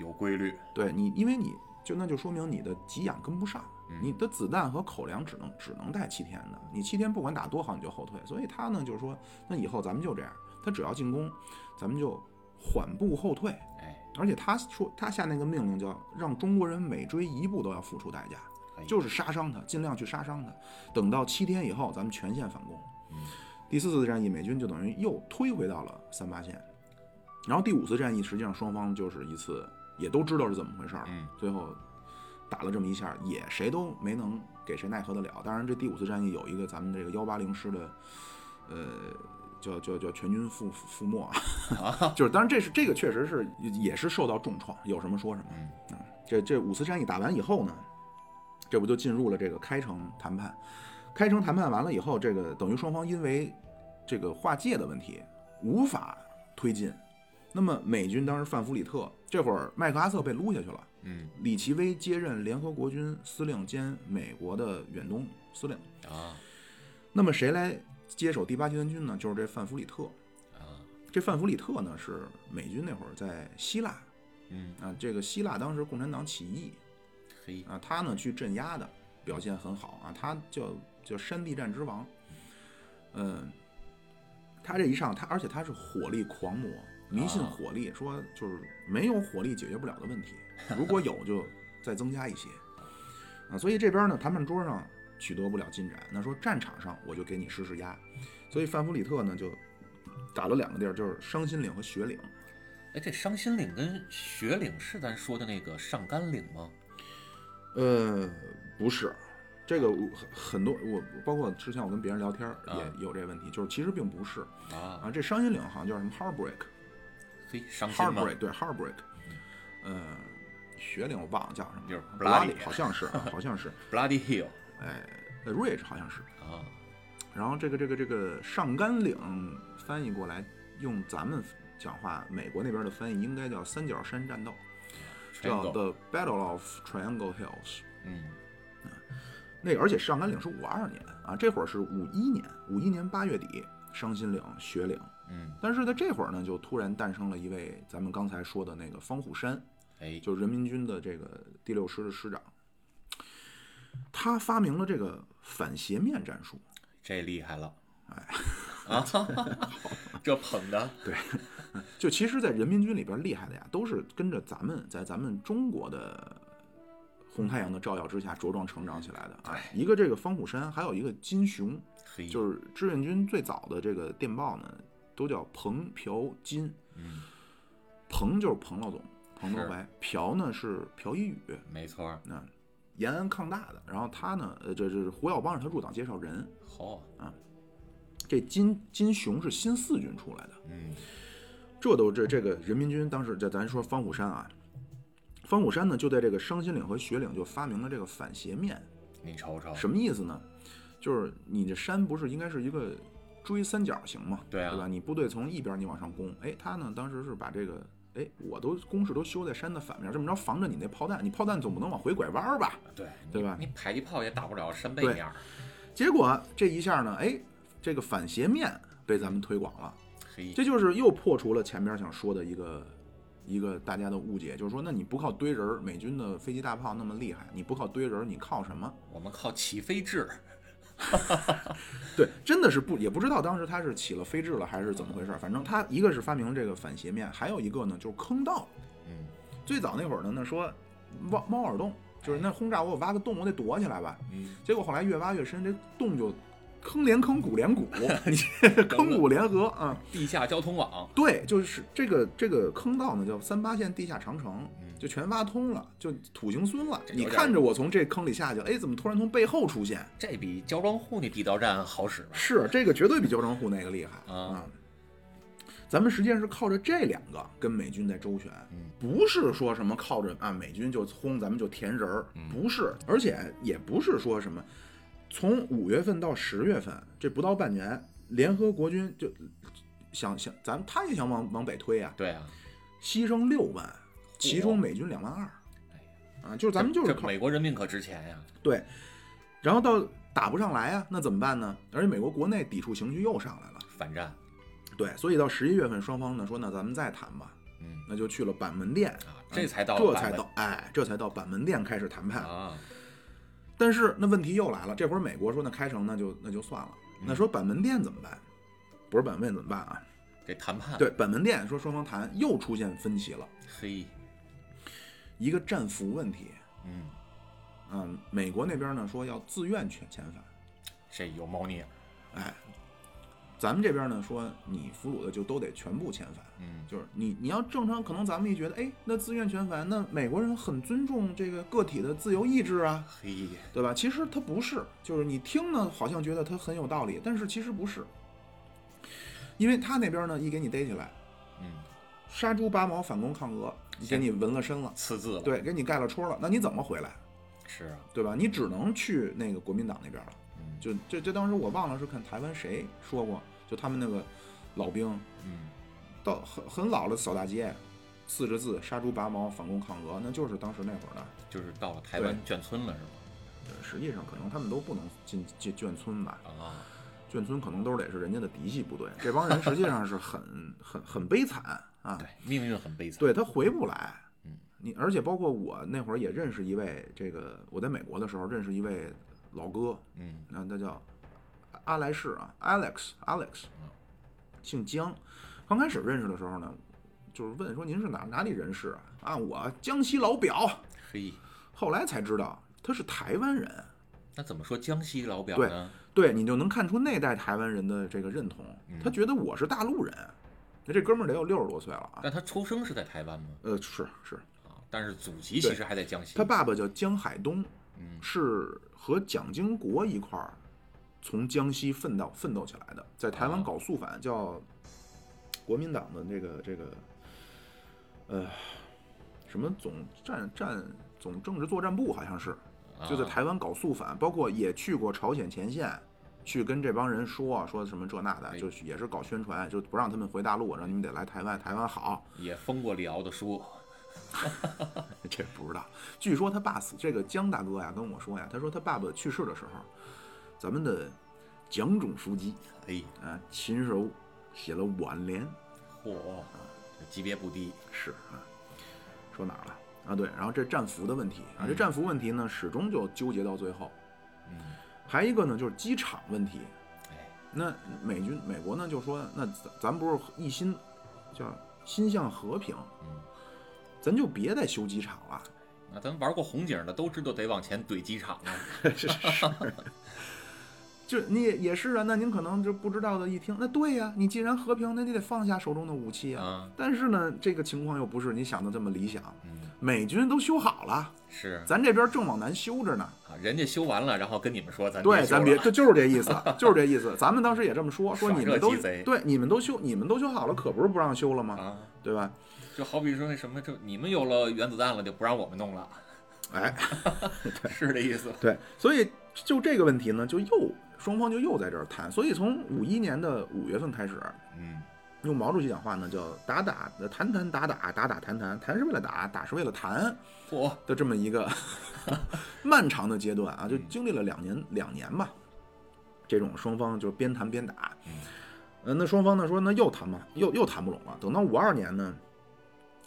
Speaker 2: 有规律，
Speaker 1: 对你，因为你就那就说明你的给养跟不上，你的子弹和口粮只能只能带七天的，你七天不管打多好你就后退，所以他呢就是说，那以后咱们就这样，他只要进攻，咱们就缓步后退，
Speaker 2: 哎，
Speaker 1: 而且他说他下那个命令叫让中国人每追一步都要付出代价，
Speaker 2: 哎
Speaker 1: 就是杀伤他，尽量去杀伤他。等到七天以后，咱们全线反攻。
Speaker 2: 嗯
Speaker 1: 第四次战役，美军就等于又推回到了三八线。然后第五次战役，实际上双方就是一次也都知道是怎么回事儿了，
Speaker 2: 嗯
Speaker 1: 最后打了这么一下，也谁都没能给谁奈何得了。当然，这第五次战役有一个咱们这个幺八零师的，呃，叫叫叫全军覆覆没啊，就是当然这是这个确实是也是受到重创，有什么说什么。
Speaker 2: 嗯
Speaker 1: 这这五次战役打完以后呢，这不就进入了这个开城谈判。开城谈判完了以后，这个等于双方因为这个划界的问题无法推进。那么美军当时范弗里特这会儿麦克阿瑟被撸下去了，
Speaker 2: 嗯
Speaker 1: 李奇微接任联合国军司令兼美国的远东司令。
Speaker 2: 啊
Speaker 1: 那么谁来接手第八集团军呢？就是这范弗里特。
Speaker 2: 啊，
Speaker 1: 这范弗里特呢是美军那会儿在希腊
Speaker 2: 嗯
Speaker 1: 啊，这个希腊当时共产党起义，
Speaker 2: 嘿，
Speaker 1: 啊，他呢去镇压的，表现很好啊，他叫叫山地战之王，嗯，他这一上，他而且他是火力狂魔，迷信
Speaker 2: 啊
Speaker 1: 火力，说就是没有火力解决不了的问题，如果有就再增加一些，啊，所以这边呢谈判桌上取得不了进展，那说战场上我就给你施施压，所以范弗里特呢就打了两个地儿，就是伤心岭和雪岭。
Speaker 2: 哎，这伤心岭跟雪岭是咱说的那个上甘岭吗？
Speaker 1: 呃，不是，这个我很很多我包括之前我跟别人聊天儿
Speaker 2: 啊
Speaker 1: 也有这问题，就是其实并不是
Speaker 2: 啊
Speaker 1: 啊，这伤心岭好像叫什么 Heartbreak，
Speaker 2: 嘿，伤心吗？
Speaker 1: Heartbreak，对 Heartbreak，呃，学领我忘了叫什么，
Speaker 2: 嗯就是
Speaker 1: Bloody，
Speaker 2: Bloody
Speaker 1: 好像是啊，好
Speaker 2: <laughs>
Speaker 1: 像是，
Speaker 2: Bloody Hill
Speaker 1: 哎呃，Rage 好像是。
Speaker 2: 啊，
Speaker 1: 然后这个这个这个上甘岭翻译过来，用咱们讲话美国那边的翻译应该叫三角山战斗，叫
Speaker 2: Triangle
Speaker 1: The Battle of Triangle Hills。
Speaker 2: 嗯
Speaker 1: 那个而且上甘岭是五二年啊，这会儿是五一年，五一年八月底，伤心岭雪岭。
Speaker 2: 嗯，
Speaker 1: 但是在这会儿呢，就突然诞生了一位咱们刚才说的那个方虎山，
Speaker 2: 哎，
Speaker 1: 就是人民军的这个第六师的师长，他发明了这个反斜面战术。
Speaker 2: 这厉害了，哎啊， <laughs> 这捧的，
Speaker 1: 就其实，在人民军里边厉害的呀，都是跟着咱们在咱们中国的红太阳的照耀之下茁壮成长起来的啊。一个这个方虎山，还有一个金雄，
Speaker 2: 嘿，
Speaker 1: 就是志愿军最早的这个电报呢，都叫彭朴金。
Speaker 2: 嗯，
Speaker 1: 彭就是彭老总，彭德
Speaker 2: 是
Speaker 1: 怀；朴呢是朴一宇，
Speaker 2: 没错儿，
Speaker 1: 那延安抗大的。然后他呢，呃，这这胡耀邦是他入党介绍人。
Speaker 2: 好啊，
Speaker 1: 这金金雄是新四军出来的，
Speaker 2: 嗯，
Speaker 1: 这都这这个人民军当时这咱说方虎山啊，方虎山呢就在这个伤心岭和雪岭就发明了这个反斜面，
Speaker 2: 你瞅瞅，
Speaker 1: 什么意思呢？就是你这山不是应该是一个锥三角形嘛，
Speaker 2: 对啊
Speaker 1: 吧？你部队从一边你往上攻，哎，他呢当时是把这个。哎，我都工事都修在山的反面，这么着防着你那炮弹，你炮弹总不能往回拐弯儿吧？
Speaker 2: 对
Speaker 1: 对吧
Speaker 2: 你你迫击炮也打不了山背
Speaker 1: 对
Speaker 2: 面儿，
Speaker 1: 结果这一下呢，哎，这个反斜面被咱们推广了，
Speaker 2: 嘿，
Speaker 1: 这就是又破除了前面想说的一个一个大家的误解，就是说，那你不靠堆人儿，美军的飞机大炮那么厉害，你不靠堆人儿，你靠什么？
Speaker 2: 我们靠起飞制，
Speaker 1: 对，真的是不也不知道当时他是起了飞制了还是怎么回事儿，反正他一个是发明了这个反斜面，还有一个呢就是坑道。
Speaker 2: 嗯，
Speaker 1: 最早那会儿呢，那说猫猫耳洞，就是那轰炸我我挖个洞，我得躲起来吧。
Speaker 2: 嗯，
Speaker 1: 结果后来越挖越深，这洞就坑连坑，
Speaker 2: <laughs>
Speaker 1: 谷连谷，你这坑谷联合啊。
Speaker 2: 地下交通网，
Speaker 1: 对，就是这个这个坑道呢，叫三八线地下长城
Speaker 2: 嗯，
Speaker 1: 就全挖通了，就土行孙了。
Speaker 2: 这有
Speaker 1: 你
Speaker 2: 点
Speaker 1: 看着我从这坑里下去了，哎，怎么突然从背后出现？
Speaker 2: 这比焦庄户那地道战好使吧？
Speaker 1: 是这个绝对比焦庄户那个厉害
Speaker 2: 啊！
Speaker 1: 咱们实际上是靠着这两个跟美军在周旋，
Speaker 2: 嗯
Speaker 1: 不是说什么靠着啊美军就轰咱们就填人儿，
Speaker 2: 嗯
Speaker 1: 不是，而且也不是说什么，从五月份到十月份这不到半年，联合国军就想想咱他也想往往北推啊，
Speaker 2: 对啊，
Speaker 1: 牺牲六万，其中美军两万二。啊，就是咱们就是
Speaker 2: 哎这
Speaker 1: 靠
Speaker 2: 美国人命可值钱呀，
Speaker 1: 对，然后到打不上来啊，那怎么办呢？而且美国国内抵触情绪又上来了，
Speaker 2: 反战，
Speaker 1: 对，所以到十一月份，双方呢说那咱们再谈吧，
Speaker 2: 嗯
Speaker 1: 那就去了板门店，嗯
Speaker 2: 啊，这才到
Speaker 1: 这
Speaker 2: 板
Speaker 1: 才
Speaker 2: 门
Speaker 1: 到哎，这才到板门店开始谈判。
Speaker 2: 啊，
Speaker 1: 但是那问题又来了，这会儿美国说那开城那就那就算了，
Speaker 2: 嗯
Speaker 1: 那说板门店怎么办？不是板门店怎么办啊？
Speaker 2: 这谈判，
Speaker 1: 对，板门店说双方谈又出现分歧了，
Speaker 2: 嘿，
Speaker 1: 一个战俘问题。
Speaker 2: 嗯，
Speaker 1: 嗯，美国那边呢说要自愿遣遣返，
Speaker 2: 这有猫腻，
Speaker 1: 哎，咱们这边呢说你俘虏的就都得全部遣返，
Speaker 2: 嗯，
Speaker 1: 就是你你要正常，可能咱们一觉得，哎，那自愿遣返，那美国人很尊重这个个体的自由意志啊，
Speaker 2: 嘿，
Speaker 1: 对吧？其实他不是，就是你听呢好像觉得他很有道理，但是其实不是，因为他那边呢一给你逮起来，
Speaker 2: 嗯，
Speaker 1: 杀猪拔毛反攻抗俄，给你纹了身了，
Speaker 2: 刺字了，，
Speaker 1: 对，给你盖了戳了，那你怎么回来？
Speaker 2: 是啊，
Speaker 1: 对吧？你只能去那个国民党那边了。
Speaker 2: 嗯
Speaker 1: 就这这当时我忘了是看台湾谁说过，就他们那个老兵
Speaker 2: 嗯，
Speaker 1: 到很很老了扫大街，四个字杀猪拔毛反攻抗俄，那就是当时那会儿的。
Speaker 2: 就是到了台湾眷村了是吗？
Speaker 1: 呃实际上可能他们都不能进进眷村吧，
Speaker 2: 啊，
Speaker 1: 眷村可能都得是人家的嫡系部队，这帮人实际上是很很很悲惨啊。
Speaker 2: 对，命运很悲惨，
Speaker 1: 对他回不来。
Speaker 2: 嗯，
Speaker 1: 你而且包括我那会儿也认识一位，这个我在美国的时候认识一位老哥，
Speaker 2: 嗯，
Speaker 1: 那他叫阿莱士啊，Alex Alex，姓江。刚开始认识的时候呢，就是问说您是哪哪里人士啊？啊，我江西老表。
Speaker 2: 嘿，
Speaker 1: 后来才知道他是台湾人，
Speaker 2: 那怎么说江西老表
Speaker 1: 对啊
Speaker 2: 呢？
Speaker 1: 对你就能看出那代台湾人的这个认同，他觉得我是大陆人。那这哥们儿得有六十多岁了啊。
Speaker 2: 但他出生是在台湾吗？
Speaker 1: 呃，是是，
Speaker 2: 啊，但是祖籍其实还在江西。
Speaker 1: 他爸爸叫江海东，
Speaker 2: 嗯
Speaker 1: 是和蒋经国一块儿从江西奋斗奋斗起来的，在台湾
Speaker 2: 啊
Speaker 1: 搞肃反，叫国民党的这个这个呃，什么总战战总政治作战部好像是，就在
Speaker 2: 啊
Speaker 1: 台湾搞肃反，包括也去过朝鲜前线，去跟这帮人说说什么这那的，
Speaker 2: 哎
Speaker 1: 就是也是搞宣传，就不让他们回大陆，让你们得来台湾，台湾好。
Speaker 2: 也封过李敖的书，
Speaker 1: 这不知道。据说他爸死，这个江大哥呀跟我说呀，他说他爸爸去世的时候，咱们的蒋总书记
Speaker 2: 哎，
Speaker 1: 啊亲手写了挽联，
Speaker 2: 嚯，啊这级别不低，
Speaker 1: 是啊，说哪儿了啊？对，然后这战俘的问题啊，这战俘问题呢，始终就纠结到最后。
Speaker 2: 嗯，
Speaker 1: 还一个呢，就是机场问题。
Speaker 2: 哎，
Speaker 1: 那美军美国呢就说，那咱咱不是一心叫心向和平，
Speaker 2: 嗯，
Speaker 1: 咱就别再修机场了。
Speaker 2: 那咱玩过红警的都知道得往前怼机场啊，
Speaker 1: 是是，
Speaker 2: <laughs>
Speaker 1: 就你也也是啊，那您可能就不知道的一听，那对呀、你既然和平，那你得放下手中的武器啊。
Speaker 2: 啊，
Speaker 1: 但是呢，这个情况又不是你想的这么理想，
Speaker 2: 嗯，
Speaker 1: 美军都修好了，
Speaker 2: 是
Speaker 1: 咱这边正往南修着呢。
Speaker 2: 啊，人家修完了，然后跟你们说咱
Speaker 1: 对，
Speaker 2: 修了
Speaker 1: 咱别，就就是
Speaker 2: <laughs>
Speaker 1: 这意思，就是这意思。咱们当时也这么说，说
Speaker 2: 耍
Speaker 1: 你们
Speaker 2: 这
Speaker 1: 都
Speaker 2: 鸡贼
Speaker 1: 对，你们都修，你们都修好了，可不是不让修了吗？
Speaker 2: 啊，
Speaker 1: 对吧？
Speaker 2: 就好比说那什么，就你们有了原子弹了，就不让我们弄了，
Speaker 1: <laughs> 哎，
Speaker 2: 是这意思，
Speaker 1: 对，所以就这个问题呢，就又双方就又在这儿谈。所以从五一年的五月份开始，
Speaker 2: 嗯，
Speaker 1: 用毛主席讲话呢，叫打打呃谈谈打打打打谈谈，谈是为了打，打是为了谈
Speaker 2: 嚯，
Speaker 1: 的这么一个 <laughs> 漫长的阶段啊，就
Speaker 2: 嗯
Speaker 1: 经历了两年两年吧，这种双方就边谈边打，
Speaker 2: 嗯
Speaker 1: 呃，那双方呢说那又谈嘛，又又谈不拢了。等到五二年呢，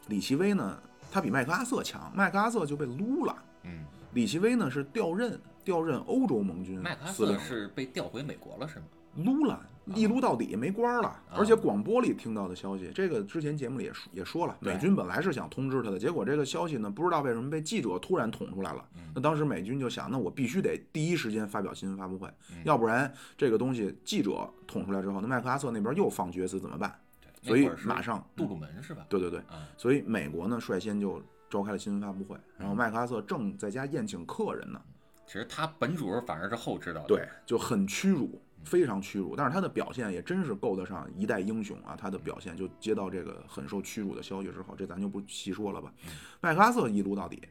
Speaker 1: 李奇微呢他比麦克阿瑟强，麦克阿瑟就被撸了，
Speaker 2: 嗯，
Speaker 1: 李奇微呢是调任调任欧洲盟军
Speaker 2: 麦克阿
Speaker 1: 司令
Speaker 2: 瑟是被调回美国了是吗？
Speaker 1: 撸了，
Speaker 2: 啊
Speaker 1: 一撸到底，没官儿了。而且广播里听到的消息，这个之前节目里也说也说了，
Speaker 2: 对
Speaker 1: 美军本来是想通知他的，结果这个消息呢，不知道为什么被记者突然捅出来了。那当时美军就想，那我必须得第一时间发表新闻发布会，
Speaker 2: 嗯
Speaker 1: 要不然这个东西记者捅出来之后，那麦克阿瑟那边又放厥词怎么办？
Speaker 2: 对
Speaker 1: 所以
Speaker 2: 那会儿是
Speaker 1: 马上，嗯
Speaker 2: 杜鲁门是吧？
Speaker 1: 对对对，
Speaker 2: 啊，
Speaker 1: 所以美国呢率先就召开了新闻发布会，然后麦克阿瑟正在家宴请客人呢，
Speaker 2: 其实他本主反而是后知道的，
Speaker 1: 对，就很屈辱，非常屈辱。但是他的表现也真是够得上一代英雄啊！他的表现就接到这个很受屈辱的消息之后，这咱就不细说了吧。
Speaker 2: 嗯
Speaker 1: 麦克阿瑟一撸到底，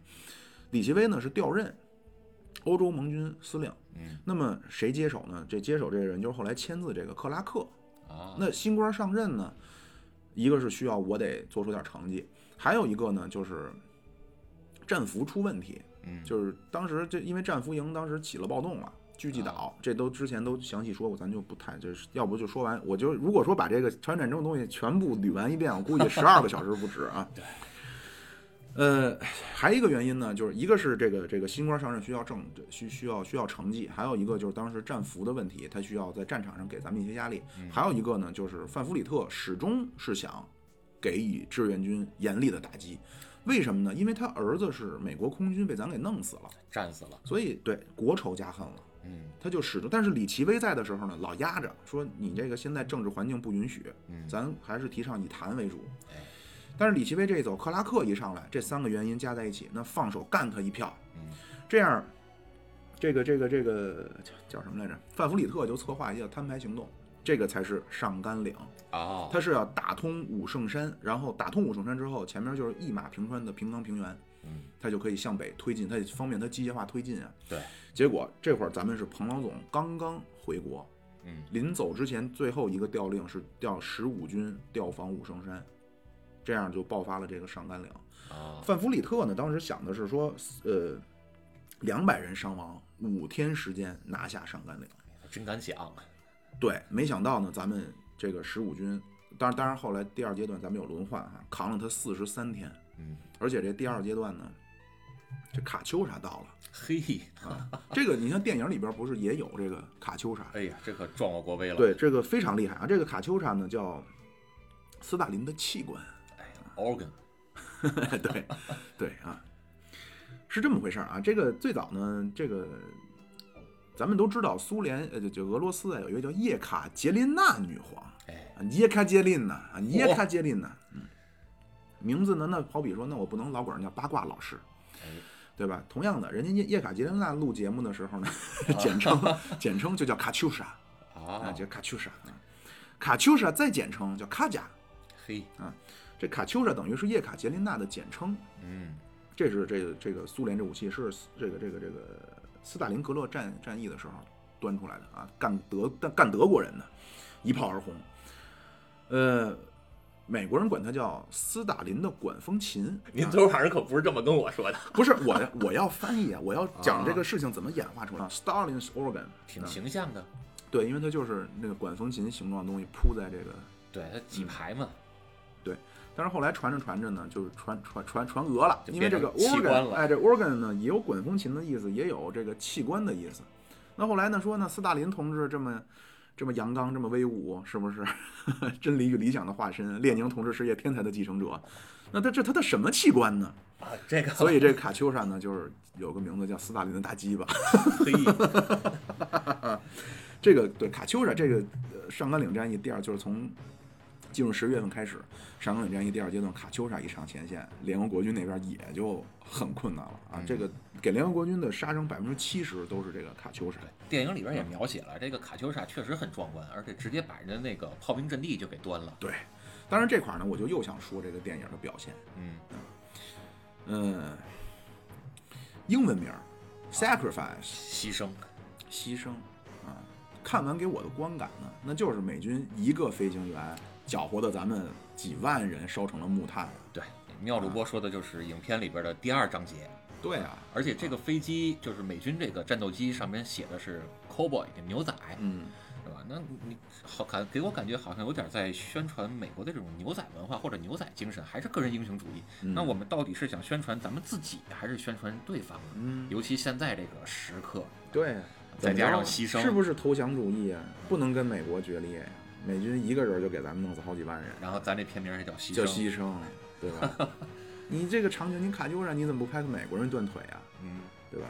Speaker 1: 李奇微呢是调任欧洲盟军司令。
Speaker 2: 嗯
Speaker 1: 那么谁接手呢？这接手这个人就是后来签字这个克拉克。
Speaker 2: 啊，
Speaker 1: 那新官上任呢，一个是需要我得做出点成绩，还有一个呢就是战俘出问题，
Speaker 2: 嗯
Speaker 1: 就是当时这因为战俘营当时起了暴动了，狙击岛，这都之前都详细说过，咱就不太就是要不就说完，我就如果说把这个朝鲜战争的东西全部捋完一遍，我估计十二个小时不止啊。对。呃，还有一个原因呢，就是一个是这个这个新官上任需要政需需要需要成绩，还有一个就是当时战俘的问题，他需要在战场上给咱们一些压力，还有一个呢就是范弗里特始终是想给予志愿军严厉的打击，为什么呢？因为他儿子是美国空军被咱给弄死了，
Speaker 2: 战死了，
Speaker 1: 所以对国仇家恨了。
Speaker 2: 嗯
Speaker 1: 他就始终，但是李奇微在的时候呢，老压着说你这个现在政治环境不允许，
Speaker 2: 嗯，
Speaker 1: 咱还是提倡以谈为主
Speaker 2: 哎。
Speaker 1: 但是李奇微这一走，克拉克一上来，这三个原因加在一起，那放手干他一票，
Speaker 2: 嗯
Speaker 1: 这样，这个这个这个叫叫什么来着？范弗里特就策划一个摊牌行动，这个才是上甘岭。
Speaker 2: 哦，
Speaker 1: 他是要打通五圣山，然后打通五圣山之后，前面就是一马平川的平冈平原，
Speaker 2: 嗯
Speaker 1: 它就可以向北推进，它也方便它机械化推进啊。
Speaker 2: 对，
Speaker 1: 结果这会儿咱们是彭老总刚刚回国，
Speaker 2: 嗯
Speaker 1: 临走之前最后一个调令是调十五军调防五圣山，这样就爆发了这个上甘岭。
Speaker 2: 啊，
Speaker 1: 范弗里特呢，当时想的是说，呃，两百人伤亡，五天时间拿下上甘岭。
Speaker 2: 真敢想，
Speaker 1: 对，没想到呢，咱们这个十五军，当然当然后来第二阶段咱们有轮换哈、扛了他四十三天，
Speaker 2: 嗯，
Speaker 1: 而且这第二阶段呢，这卡秋莎到了
Speaker 2: 嘿，
Speaker 1: 啊，这个你像电影里边不是也有这个卡秋莎？
Speaker 2: 哎呀，这可撞我国威了，
Speaker 1: 对，这个非常厉害啊，这个卡秋莎呢叫斯大林的器官， <laughs>
Speaker 2: ，organ，
Speaker 1: 对，对啊，是这么回事儿啊。这个最早呢，这个咱们都知道，苏联呃，就就俄罗斯啊，有一个叫叶卡捷琳娜女皇，
Speaker 2: 哎，
Speaker 1: 啊叶卡捷琳娜啊，叶卡捷琳娜，嗯，名字呢，那好比说，那我不能老管人叫八卦老师
Speaker 2: 哎。
Speaker 1: 对吧？同样的，人家叶叶卡捷琳娜录节目的时候呢，简称 <laughs> 简称就叫卡秋莎啊，
Speaker 2: 啊
Speaker 1: 嗯叫，卡秋莎啊，卡秋莎再简称叫卡佳，
Speaker 2: 嘿，
Speaker 1: 这卡秋莎等于是叶卡捷琳娜的简称，
Speaker 2: 嗯
Speaker 1: 这是这个这个苏联这武器是这个这个这个斯大林格勒战战役的时候端出来的啊，干德干干德国人的，一炮而红。呃，美国人管它叫斯大林的管风琴，
Speaker 3: 您昨晚上可不是这么跟我说的，
Speaker 1: 不是我我要翻译啊，我要讲这个事情怎么演化出来。Stalin's organ，
Speaker 2: 挺
Speaker 1: 嗯
Speaker 2: 形象的。
Speaker 1: 对，因为它就是那个管风琴形状的东西铺在这个
Speaker 2: 对，它几排嘛，
Speaker 1: 但是后来传着传着呢，就是传传传传讹了，
Speaker 2: 就
Speaker 1: 因为这个
Speaker 2: 变成器官
Speaker 1: organ，
Speaker 2: 了
Speaker 1: 哎，这 organ 呢也有管风琴的意思，也有这个器官的意思。那后来呢说呢，斯大林同志这么这么阳刚，这么威武，是不是 <laughs> 真理与理想的化身？列宁同志是一个天才的继承者。那他这他的什么器官
Speaker 2: <laughs>
Speaker 1: 呢？
Speaker 3: 啊，这个
Speaker 1: 嗯所以这卡秋莎呢，就是有个名字叫斯大林的大鸡巴。
Speaker 3: 嘿，
Speaker 1: 这个对卡秋莎这个呃上甘岭战役第二就是从进入十月份开始，上甘岭战役第二阶段，卡秋莎一上前线，联合国军那边也就很困难了啊
Speaker 2: 嗯。
Speaker 1: 这个给联合国军的杀伤百分之七十都是这个卡秋莎。
Speaker 2: 电影里边也描写了这个卡秋莎确实很壮观，而且直接把人家那个炮兵阵地就给端了。
Speaker 1: 对，当然这块儿呢，我就又想说这个电影的表现，
Speaker 2: 嗯，
Speaker 1: 嗯，英文名儿 Sacrifice
Speaker 2: 牺牲，
Speaker 1: 牺牲啊。看完给我的观感呢，那就是美军一个飞行员搅和的咱们几万人烧成了木炭啊。
Speaker 2: 对，妙主播说的就是影片里边的第二章节。
Speaker 1: 对啊，
Speaker 2: 而且这个飞机就是美军这个战斗机上面写的是 cowboy 牛仔，
Speaker 1: 嗯。
Speaker 2: 是吧？那你好感给我感觉好像有点在宣传美国的这种牛仔文化或者牛仔精神，还是个人英雄主义。
Speaker 1: 嗯
Speaker 2: 那我们到底是想宣传咱们自己，还是宣传对方呢？
Speaker 1: 嗯，
Speaker 2: 尤其现在这个时刻，
Speaker 1: 对，
Speaker 2: 再加上牺牲
Speaker 1: 是不是投降主义啊？不能跟美国决裂呀、美军一个人就给咱们弄死好几万人，
Speaker 2: 然后咱这片名也叫牺
Speaker 1: 叫
Speaker 2: 牲，
Speaker 1: 牺牲，对吧？ <laughs> 你这个场景，你卡秋莎你怎么不拍个美国人断腿啊？
Speaker 2: 嗯。啊
Speaker 1: 对吧？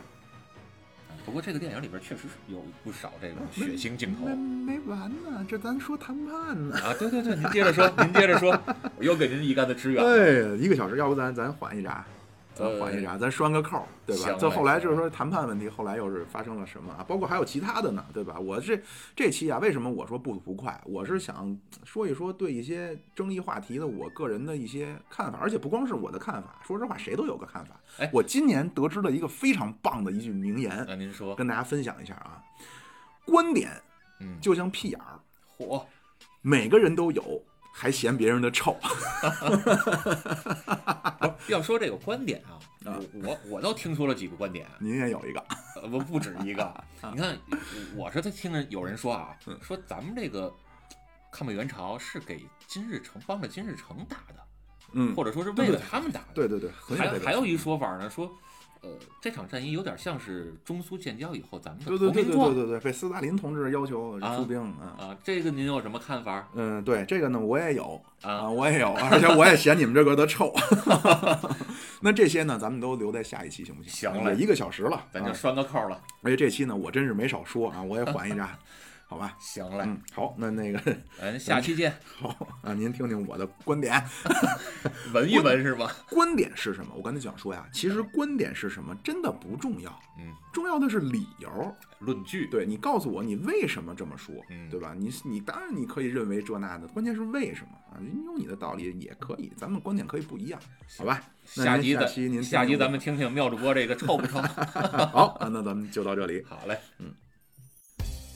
Speaker 2: 不过这个电影里边确实是有不少这种血腥镜头
Speaker 1: 没没完呢，这咱说谈判呢。
Speaker 2: 啊！对对对，您接着说，您接着说，我又给您一竿子支援了。
Speaker 1: 哎，一个小时，要不咱咱缓一闸，咱缓一闸，咱拴个扣儿，对吧
Speaker 2: 行？
Speaker 1: 这后来
Speaker 2: 嘞
Speaker 1: 就是说谈判问题，后来又是发生了什么啊？包括还有其他的呢，对吧？我这这期啊，为什么我说不不快？我是想说一说对一些争议话题的我个人的一些看法，而且不光是我的看法，说实话，谁都有个看法。
Speaker 2: 哎哦
Speaker 1: 我今年得知了一个非常棒的一句名言，
Speaker 2: 那您说，
Speaker 1: 跟大家分享一下啊。观点
Speaker 2: 嗯，
Speaker 1: 就像屁眼儿，
Speaker 2: 火，
Speaker 1: 每个人都有，还嫌别人的臭。
Speaker 2: 要说这个观点啊，
Speaker 1: 啊
Speaker 2: 我我我倒听说了几个观点，啊
Speaker 1: 您也有一个，
Speaker 2: 呃不不止一
Speaker 1: <laughs>
Speaker 2: 个。你看，我是在听着有人说啊，
Speaker 1: 嗯
Speaker 2: 说咱们这个抗美援朝是给金日成帮着金日成打的，
Speaker 1: 嗯，
Speaker 2: 或者说是为了他们打的。
Speaker 1: 对对对，很有
Speaker 2: 还
Speaker 1: 代表
Speaker 2: 还有
Speaker 1: 性
Speaker 2: 一说法呢，说，呃，这场战役有点像是中苏建交以后咱们的
Speaker 1: 对对
Speaker 2: 投
Speaker 1: 对
Speaker 2: 名
Speaker 1: 对对
Speaker 2: 状
Speaker 1: 对对，被斯大林同志要求
Speaker 2: 啊
Speaker 1: 出兵啊。
Speaker 2: 啊。这个您有什么看法
Speaker 1: 嗯，对这个呢，我也有
Speaker 2: 啊？
Speaker 1: 我也有，而且我也嫌你们这个的臭。 <laughs> 那这些呢，咱们都留在下一期行不行？
Speaker 2: 行嘞
Speaker 1: 也一个小时了，
Speaker 2: 咱就
Speaker 1: 啊
Speaker 2: 拴个扣了。
Speaker 1: 而且这期呢，我真是没少说啊，我也缓一闸，好吧？
Speaker 2: 行嘞，
Speaker 1: 嗯，好，那那个
Speaker 2: 咱下期见，
Speaker 1: 好啊，您听听我的观点，嗯
Speaker 2: 闻一闻是吧？
Speaker 1: 观点是什么？我刚才想说呀，其实观点是什么真的不重要，
Speaker 2: 嗯，
Speaker 1: 重要的是理由。
Speaker 2: 论据。
Speaker 1: 对你告诉我你为什么这么说，
Speaker 2: 嗯
Speaker 1: 对吧？你你当然你可以认为这那的，关键是为什么啊？你有你的道理也可以，咱们观点可以不一样，好吧？ <laughs> 那
Speaker 2: 下
Speaker 1: 您
Speaker 2: 集
Speaker 1: 下期
Speaker 2: 咱
Speaker 1: 您
Speaker 2: 下集
Speaker 1: 听听
Speaker 2: 咱们听听妙主播这个臭不 <laughs> 臭？
Speaker 1: 我好啊，那咱们就到这里，
Speaker 2: 好嘞。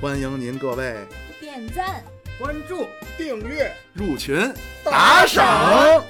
Speaker 1: 欢迎您各位
Speaker 4: 点赞。
Speaker 5: 关注。
Speaker 6: 订阅。
Speaker 1: 入群
Speaker 6: 打赏。